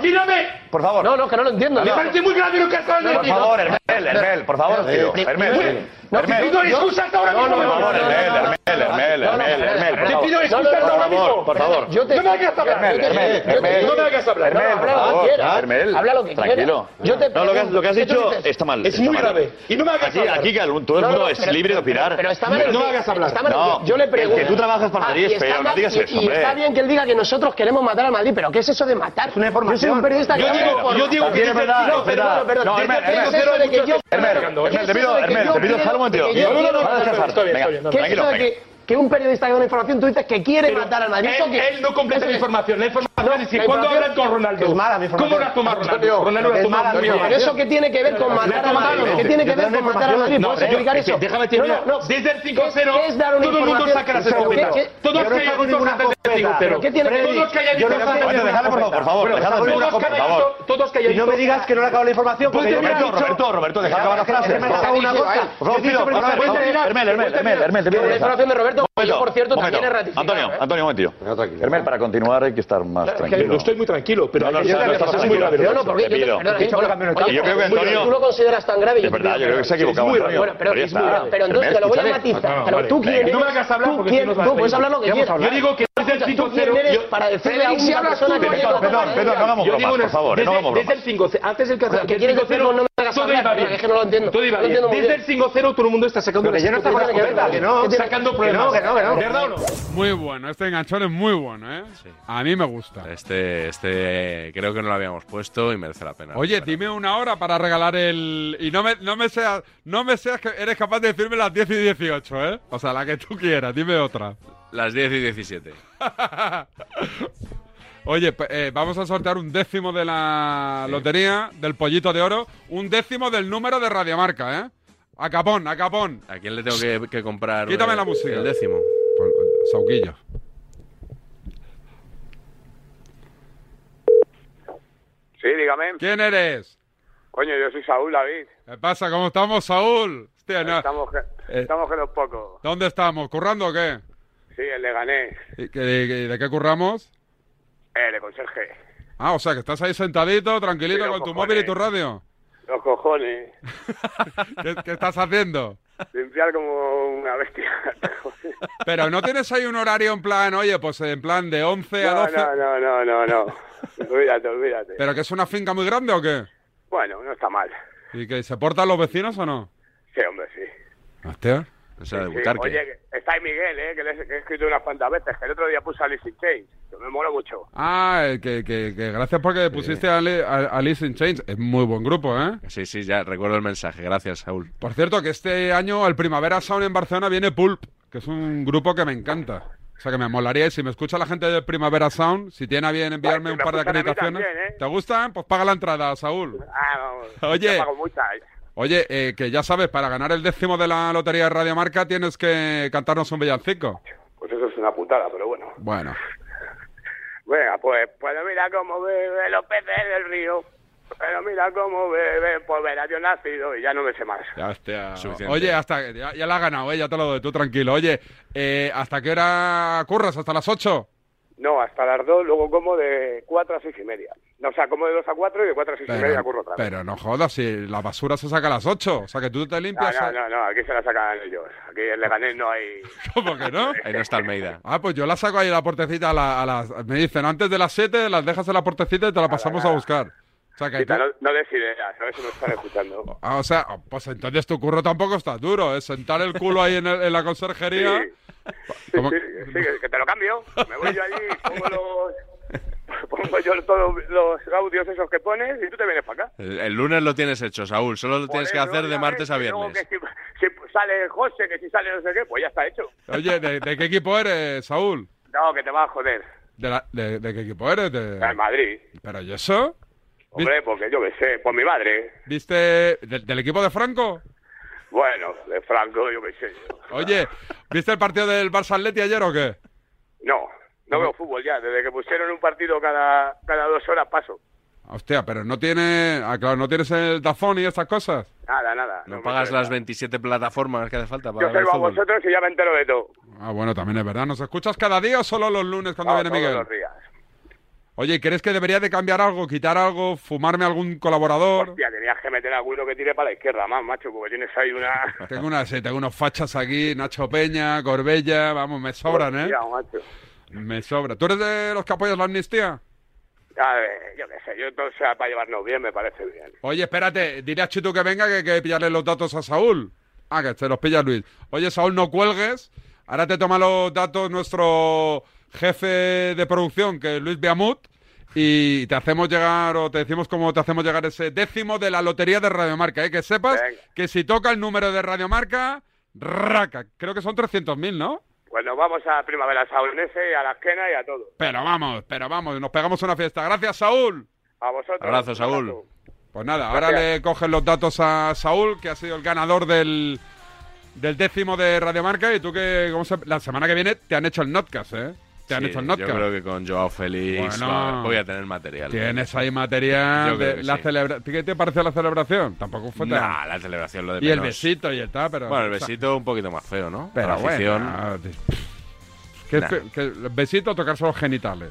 Speaker 5: ¡Mírame!
Speaker 19: Por favor.
Speaker 5: No, no, que no lo entiendo.
Speaker 19: Me
Speaker 5: tío.
Speaker 19: parece muy grave lo que acabas de decir. Por favor, Hermel, Hermel, por favor, tío. Hermel.
Speaker 5: No,
Speaker 19: Hermel.
Speaker 5: te pido excusas ahora
Speaker 19: No, no,
Speaker 5: mismo.
Speaker 19: Por favor, Hermel, Hermel, Hermel, Hermel, Hermel. por
Speaker 5: Te
Speaker 19: favor.
Speaker 5: pido excusas
Speaker 19: Por
Speaker 5: ahora
Speaker 19: favor,
Speaker 5: mismo.
Speaker 19: Por favor.
Speaker 5: Yo te-
Speaker 19: No me hagas hablar.
Speaker 5: Hermel,
Speaker 19: Yo te-
Speaker 5: Hermel,
Speaker 19: yo te-
Speaker 5: Hermel.
Speaker 19: No me hagas hablar.
Speaker 5: No, no,
Speaker 19: Hermel,
Speaker 5: habla lo
Speaker 19: por
Speaker 5: que
Speaker 19: favor.
Speaker 5: quieras.
Speaker 19: Hermel.
Speaker 5: Habla lo que
Speaker 19: Tranquilo.
Speaker 5: quieras. Yo te
Speaker 19: No, lo que has- lo que has
Speaker 5: pregunto, ¿qué tú
Speaker 19: dicho
Speaker 5: dices?
Speaker 19: está mal.
Speaker 5: Es
Speaker 19: está
Speaker 5: muy
Speaker 19: mal.
Speaker 5: grave. Y no me hagas
Speaker 19: Aquí-
Speaker 5: hablar.
Speaker 19: Aquí que todo el
Speaker 5: No, no,
Speaker 19: mundo es
Speaker 5: pero-
Speaker 19: libre de opinar.
Speaker 5: pero está mal
Speaker 19: No
Speaker 5: entendido,
Speaker 19: me hagas hablar.
Speaker 5: está mal entendido.
Speaker 19: No,
Speaker 5: Yo le pregunto.
Speaker 19: Que tú trabajas para
Speaker 5: Ah,
Speaker 19: Madrid
Speaker 5: y
Speaker 19: es feo.
Speaker 5: está
Speaker 19: No
Speaker 5: mal-
Speaker 19: digas
Speaker 5: y-
Speaker 19: eso,
Speaker 5: Y está
Speaker 19: hombre.
Speaker 5: bien que él diga que nosotros queremos matar al Madrid, pero ¿qué es eso de matar? Es una Yo soy un periodista que
Speaker 19: Yo digo-
Speaker 5: trabajo-
Speaker 19: yo digo
Speaker 5: También
Speaker 19: que
Speaker 5: es
Speaker 19: es
Speaker 5: verdad.
Speaker 19: verdad,
Speaker 5: No,
Speaker 19: es verdad.
Speaker 5: perdón, perdón.
Speaker 19: No, Hermel,
Speaker 5: ¿Qué es
Speaker 19: Hermel,
Speaker 5: eso de que yo-
Speaker 19: Hermel, Hermel,
Speaker 5: ¿qué es
Speaker 19: te pido-
Speaker 5: eso de que
Speaker 19: Hermel,
Speaker 5: yo
Speaker 19: te pido
Speaker 5: quiero-
Speaker 19: dejar un momento.
Speaker 5: que yo
Speaker 19: No, no, no,
Speaker 5: quiero-
Speaker 19: no, no, no, no,
Speaker 5: Tranquilo,
Speaker 19: está bien, está bien,
Speaker 5: venga.
Speaker 19: no,
Speaker 5: ¿Qué es
Speaker 19: tranquilo,
Speaker 5: eso de
Speaker 19: venga.
Speaker 5: que
Speaker 13: que un periodista que da una información tú dices que quiere matar al Madrid.
Speaker 5: él-
Speaker 13: ¿Eso qué?
Speaker 5: él no completa
Speaker 13: Eso
Speaker 5: la
Speaker 13: es-
Speaker 5: información. La información es decir,
Speaker 13: la
Speaker 5: ¿cuándo
Speaker 13: información
Speaker 5: hablan con Ronaldo?
Speaker 13: Es mala mi información.
Speaker 5: ¿Cómo la toma Ronaldo?
Speaker 13: Antonio,
Speaker 5: Ronaldo la
Speaker 13: es
Speaker 5: toma
Speaker 13: mala mi
Speaker 5: Antonio.
Speaker 13: información. ¿Eso qué tiene que ver con
Speaker 5: La
Speaker 13: matar al
Speaker 5: toma
Speaker 13: Madrid?
Speaker 5: Ronaldo.
Speaker 13: ¿Qué tiene que
Speaker 5: Yo
Speaker 13: ver
Speaker 5: doy
Speaker 13: con matar al Madrid?
Speaker 5: información.
Speaker 13: ¿Puedes
Speaker 5: No, yo-
Speaker 13: explicar
Speaker 5: es que
Speaker 13: eso?
Speaker 5: déjame terminar.
Speaker 13: No, no, no.
Speaker 5: Desde el
Speaker 13: ¿Qué es-
Speaker 5: 5-0,
Speaker 13: qué es dar una
Speaker 5: todo el mundo
Speaker 13: información?
Speaker 5: saca las
Speaker 13: Pero ¿qué-
Speaker 5: escopetas.
Speaker 13: qué-
Speaker 5: Todos
Speaker 13: pero no
Speaker 5: callan
Speaker 13: saco
Speaker 5: con
Speaker 13: ninguna
Speaker 5: antes del
Speaker 13: escopeta.
Speaker 5: 5-0.
Speaker 13: ¿Pero qué tiene que ver?
Speaker 5: Todos callan
Speaker 13: Yo no saco ninguna
Speaker 5: con antes del
Speaker 13: escopeta. Pero
Speaker 5: 5-0. Todos
Speaker 13: déjame una cosa,
Speaker 5: calladitos, Todos
Speaker 13: Y no
Speaker 5: calladitos.
Speaker 13: me digas que no le acabo la información porque yo
Speaker 19: Roberto,
Speaker 13: me he dicho-
Speaker 19: Roberto, Roberto, deja acabar la frase.
Speaker 13: Déjame acabar una
Speaker 19: Roberto,
Speaker 13: cosa.
Speaker 19: Roberto, Roberto,
Speaker 13: Roberto,
Speaker 19: Roberto,
Speaker 13: Roberto,
Speaker 19: Hermel, Hermel, Hermel, Hermel, te pido
Speaker 13: La
Speaker 19: que-
Speaker 13: información de Roberto, que yo,
Speaker 19: Momento,
Speaker 13: por cierto,
Speaker 19: momento.
Speaker 13: también he ratificado.
Speaker 19: Antonio,
Speaker 13: ¿eh?
Speaker 19: Antonio, un momentillo. Hermel, para continuar hay que estar más
Speaker 5: Claro, es que
Speaker 19: tranquilo.
Speaker 5: no estoy muy tranquilo, pero
Speaker 19: No, no,
Speaker 5: hay que-
Speaker 19: no, no,
Speaker 5: estás
Speaker 19: estás
Speaker 5: muy
Speaker 19: muy
Speaker 5: grave,
Speaker 19: grave,
Speaker 5: Roberto.
Speaker 19: no, porque yo te-
Speaker 5: Pido.
Speaker 19: perdona,
Speaker 5: Dicho que cambie una etapa.
Speaker 19: yo creo que
Speaker 5: Muy
Speaker 19: Antonio-
Speaker 13: Tú lo consideras tan grave.
Speaker 19: Es verdad, yo creo que se ha equivocado,
Speaker 13: Es muy
Speaker 19: Antonio.
Speaker 13: grave. Bueno, pero,
Speaker 19: Pero ya
Speaker 13: es muy
Speaker 19: está.
Speaker 13: grave. Pero entonces te
Speaker 19: Hermel,
Speaker 13: lo voy a
Speaker 19: escúchame.
Speaker 13: matizar.
Speaker 19: Ah,
Speaker 13: pero
Speaker 19: vale.
Speaker 13: tú quién
Speaker 19: Venga.
Speaker 13: eres.
Speaker 19: No me hagas hablar
Speaker 13: tú
Speaker 19: porque
Speaker 13: quién-
Speaker 19: si no nos
Speaker 13: Tú puedes hablar lo que
Speaker 19: yo-
Speaker 13: quieras.
Speaker 19: yo digo que
Speaker 5: desde el
Speaker 13: Tú quién
Speaker 5: 5-0,
Speaker 13: eres
Speaker 5: yo-
Speaker 13: para decirle a
Speaker 5: Félix,
Speaker 13: una
Speaker 5: hablas
Speaker 13: persona
Speaker 5: tú,
Speaker 13: que
Speaker 5: Félix,
Speaker 13: quiere
Speaker 5: perdón,
Speaker 13: matar a
Speaker 19: perdón,
Speaker 13: alguien?
Speaker 19: hagamos
Speaker 5: Yo digo
Speaker 19: bromas,
Speaker 5: una-
Speaker 19: por favor,
Speaker 5: desde-
Speaker 19: no hagamos
Speaker 5: Desde
Speaker 19: bromas.
Speaker 5: el 5-0, antes del
Speaker 13: Pero que quieres decir, no me hagas
Speaker 5: todo
Speaker 13: hablar,
Speaker 5: iba
Speaker 13: pero
Speaker 5: bien.
Speaker 13: es que no lo entiendo.
Speaker 5: Todo iba
Speaker 13: No entiendo
Speaker 5: bien.
Speaker 13: muy
Speaker 5: Desde el 5-0 todo el mundo está sacando
Speaker 13: Pero que yo no
Speaker 5: las
Speaker 13: estoy
Speaker 5: escopetas,
Speaker 13: con la que no, que no.
Speaker 5: sacando
Speaker 13: Que
Speaker 5: problemas.
Speaker 13: no, que no, que no.
Speaker 5: ¿Verdad o no?
Speaker 4: Muy bueno, este enganchón es muy bueno, ¿eh? A mí me gusta.
Speaker 7: Este, este creo que no lo habíamos puesto y merece la pena.
Speaker 4: Oye, Eh, dime una hora para regalar el. Y no me, no me seas. No me seas que eres capaz de decirme las 10 y 18, ¿eh? O sea, la que tú quieras, dime otra.
Speaker 7: Las 10 y 17.
Speaker 4: Oye, pe- eh, vamos a sortear un décimo de la lotería del pollito de oro, un décimo del número de Radiomarca, ¿eh? A capón, a capón.
Speaker 7: ¿A quién le tengo que, que comprar?
Speaker 4: Quítame
Speaker 7: eh,
Speaker 4: la música. Pues,
Speaker 7: El décimo.
Speaker 4: Sauquillo.
Speaker 50: Sí, dígame.
Speaker 4: ¿Quién eres?
Speaker 50: Coño, yo soy Saúl David.
Speaker 4: ¿Qué pasa? ¿Cómo estamos, Saúl? Hostia, no-
Speaker 50: Estamos que,
Speaker 4: Eh.
Speaker 50: estamos que los pocos.
Speaker 4: ¿Dónde estamos? ¿Currando o qué?
Speaker 50: Sí, el Leganés.
Speaker 4: ¿Y qué- de, de qué curramos?
Speaker 50: Eh, le conserje.
Speaker 4: Ah, o sea, que estás ahí sentadito, tranquilito,
Speaker 50: Sí,
Speaker 4: con tu
Speaker 50: cojones.
Speaker 4: móvil y tu radio.
Speaker 50: Los cojones.
Speaker 4: ¿Qué, qué estás haciendo?
Speaker 50: Limpiar como una bestia.
Speaker 4: Pero no tienes ahí un horario en plan, oye, pues en plan de 11 a
Speaker 50: No,
Speaker 4: 12.
Speaker 50: no, no, no, no, no. Olvídate, olvídate.
Speaker 4: ¿Pero que es una finca muy grande o qué?
Speaker 50: Bueno, no está mal.
Speaker 4: ¿Y que se portan los vecinos o no?
Speaker 50: Sí, hombre, sí.
Speaker 4: Hostia.
Speaker 7: O sea, de
Speaker 50: Sí, oye, que está ahí Miguel, eh, que le he- que he escrito unas cuantas veces, que el otro día puse a Alice in Chains, que me mola mucho.
Speaker 4: Ah, eh, que, que- que gracias porque pusiste a, Li- a- a Alice in Chains. Es muy buen grupo, ¿eh?
Speaker 7: Sí, sí, ya recuerdo el mensaje. Gracias, Saúl.
Speaker 4: Por cierto, que este año al Primavera Sound en Barcelona viene Pulp, que es un grupo que me encanta. O sea, que me molaría. Y si me escucha la gente de Primavera Sound, si tiene a bien enviarme un par de
Speaker 50: escuchan a mí
Speaker 4: acreditaciones.
Speaker 50: también, ¿eh?
Speaker 4: ¿Te gustan? Pues paga la entrada, Saúl.
Speaker 50: Ah, vamos,
Speaker 4: Oye.
Speaker 50: yo pago muchas.
Speaker 4: Oye, eh, que ya sabes, para ganar el décimo de la lotería de Radio Marca tienes que cantarnos un villancico.
Speaker 50: Pues eso es una putada, pero bueno.
Speaker 4: Bueno.
Speaker 50: Venga, pues, pues mira cómo bebe los peces del río. Pero mira cómo bebe por verá yo nacido y ya no me sé más.
Speaker 4: Ya, hostia. Oye, hasta ya, ya la has ganado, ¿eh? ya te lo doy, tú tranquilo. Oye, eh, ¿hasta qué hora curras? ¿Hasta las 8?
Speaker 50: No, hasta las dos, luego como de cuatro a seis y media. No, o sea, como de dos a cuatro y de cuatro a seis y media curro otra vez.
Speaker 4: pero no jodas, si la basura se saca a las 8. O sea, que tú te
Speaker 50: No,
Speaker 4: limpias.
Speaker 50: no,
Speaker 4: a-
Speaker 50: no, no, aquí se la sacan ellos. Aquí en Leganés no hay...
Speaker 4: ¿Cómo que no?
Speaker 7: Ahí no está Almeida.
Speaker 4: Ah, pues yo la saco ahí a la puertecita a, la- a las. Me dicen, antes de las 7 las dejas en la puertecita y te la pasamos a buscar. O sea, que
Speaker 50: Quita,
Speaker 4: tú-
Speaker 50: no, no des ideas, ¿no? Eso me están escuchando.
Speaker 4: Ah, o sea, pues entonces tu curro tampoco está duro, es sentar el culo ahí en, el- en la conserjería.
Speaker 50: Sí,
Speaker 4: ¿Cómo-
Speaker 50: sí, sí, que- que te lo cambio. Me voy yo allí, pongo los... Pongo yo todos los audios esos que pones y tú te vienes para acá.
Speaker 7: El, el lunes lo tienes hecho, Saúl. Solo lo tienes que hacer de martes a
Speaker 50: Luego
Speaker 7: viernes.
Speaker 50: que si, si sale José, que si sale no sé qué, pues ya está hecho.
Speaker 4: Oye, ¿de, de qué equipo eres, Saúl?
Speaker 50: No, que te vas a joder.
Speaker 4: ¿De, la- de- de qué equipo eres? De-
Speaker 50: Al Madrid.
Speaker 4: ¿Pero y eso?
Speaker 50: Hombre, porque yo qué sé, por mi madre.
Speaker 4: ¿Viste de- del equipo de Franco?
Speaker 50: Bueno, de Franco, yo qué sé.
Speaker 4: Oye, ¿viste el partido del Barça Atleti ayer o qué?
Speaker 50: No, no veo fútbol ya. Desde que pusieron un partido cada, cada dos horas paso.
Speaker 4: Hostia, pero no tiene, ah, claro, no tienes el Dazón y estas cosas.
Speaker 50: Nada, nada.
Speaker 7: No pagas las 27 plataformas que hace falta para
Speaker 50: Yo
Speaker 7: ver
Speaker 50: salgo a
Speaker 7: fútbol.
Speaker 50: vosotros y ya me entero de todo.
Speaker 4: Ah, bueno, también es verdad. ¿Nos escuchas cada día o solo los lunes cuando
Speaker 50: No,
Speaker 4: viene
Speaker 50: todos
Speaker 4: Miguel?
Speaker 50: los días.
Speaker 4: Oye, ¿crees que debería de cambiar algo, quitar algo, fumarme algún colaborador?
Speaker 50: Hostia, tenías que meter alguno que tire para la izquierda más, macho, porque tienes ahí una...
Speaker 4: Tengo, una, sí, tengo unos fachas aquí, Nacho Peña, Corbella, vamos, me sobran, ¿eh?
Speaker 50: Hostia, macho.
Speaker 4: Me sobra. ¿Tú eres de los que apoyas la amnistía?
Speaker 50: A ver, yo qué sé, yo todo sea para llevarnos bien, me parece bien.
Speaker 4: Oye, espérate, dile a Chito que venga que hay que pillarle los datos a Saúl. Ah, que te los pilla Luis. Oye, Saúl, no cuelgues. Ahora te toma los datos nuestro jefe de producción, que es Luis Beamut, y te hacemos llegar, o te decimos cómo te hacemos llegar ese décimo de la lotería de Radiomarca, ¿eh? Que sepas que si toca el número de Radiomarca, raca. Creo que son 300.000, ¿no?
Speaker 50: Pues nos vamos a Primavera Saunense, a la Esquena y a todo.
Speaker 4: Pero vamos, pero vamos, nos pegamos una fiesta. Gracias, Saúl.
Speaker 50: A vosotros.
Speaker 4: Abrazo, Saúl. Pues nada, ahora
Speaker 50: Gracias.
Speaker 4: le cogen los datos a Saúl, que ha sido el ganador del, del décimo de Radiomarca. Y tú que ¿cómo se- la semana que viene te han hecho el notcast, ¿eh? Te han
Speaker 7: Sí,
Speaker 4: hecho el
Speaker 7: Yo
Speaker 4: notcast.
Speaker 7: creo que con Joao Félix
Speaker 4: Bueno.
Speaker 7: va- voy a tener material.
Speaker 4: Tienes ahí material.
Speaker 7: Yo creo
Speaker 4: Ah, de
Speaker 7: que
Speaker 4: la
Speaker 7: sí.
Speaker 4: celebra- ¿Qué te pareció la celebración? Tampoco fue tan...
Speaker 7: Nah, la celebración lo de
Speaker 4: y el
Speaker 7: menos.
Speaker 4: besito y el tal, pero...
Speaker 7: Bueno, el
Speaker 4: o sea,
Speaker 7: besito un poquito más feo, ¿no?
Speaker 4: Pero
Speaker 7: Para la
Speaker 4: bueno,
Speaker 7: afición.
Speaker 4: que
Speaker 7: nah.
Speaker 4: fe- que- besito o tocarse los genitales.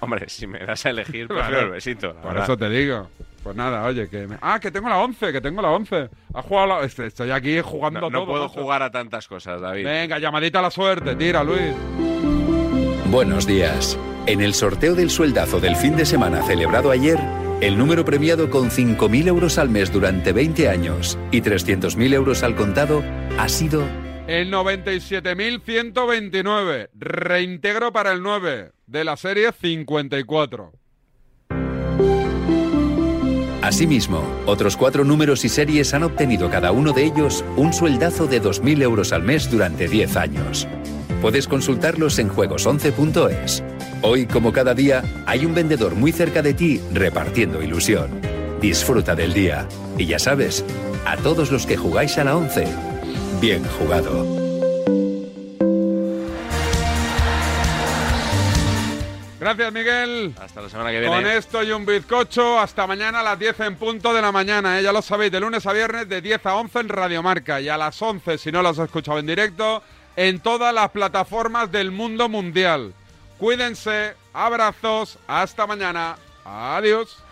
Speaker 7: Hombre, si me das a elegir,
Speaker 4: Claro.
Speaker 7: prefiero el besito. la
Speaker 4: Por
Speaker 7: verdad.
Speaker 4: eso te digo. Pues nada, oye, que... me- Ah, que tengo la 11, que tengo la 11. Ha jugado la... Est- Estoy aquí jugando
Speaker 7: No,
Speaker 4: a
Speaker 7: no
Speaker 4: todo,
Speaker 7: puedo
Speaker 4: macho.
Speaker 7: jugar a tantas cosas, David.
Speaker 4: Venga, llamadita a la suerte, tira, Luis.
Speaker 3: Buenos días. En el sorteo del sueldazo del fin de semana celebrado ayer, el número premiado con 5.000 euros al mes durante 20 años y 300.000 euros al contado ha sido
Speaker 4: El 97.129. Reintegro para el 9 de la serie 54.
Speaker 3: Asimismo, otros cuatro números y series han obtenido cada uno de ellos un sueldazo de 2.000 euros al mes durante 10 años. Puedes consultarlos en juegos11.es. Hoy, como cada día, hay un vendedor muy cerca de ti repartiendo ilusión. Disfruta del día. Y ya sabes, a todos los que jugáis a la 11, bien jugado.
Speaker 4: Gracias, Miguel.
Speaker 7: Hasta la semana que viene.
Speaker 4: Con esto y un bizcocho, hasta mañana a las 10 en punto de la mañana. ¿eh? Ya lo sabéis, de lunes a viernes de 10 a 11 en Radiomarca. Y a las 11, si no las has escuchado en directo, en todas las plataformas del mundo mundial. Cuídense, abrazos, hasta mañana. Adiós.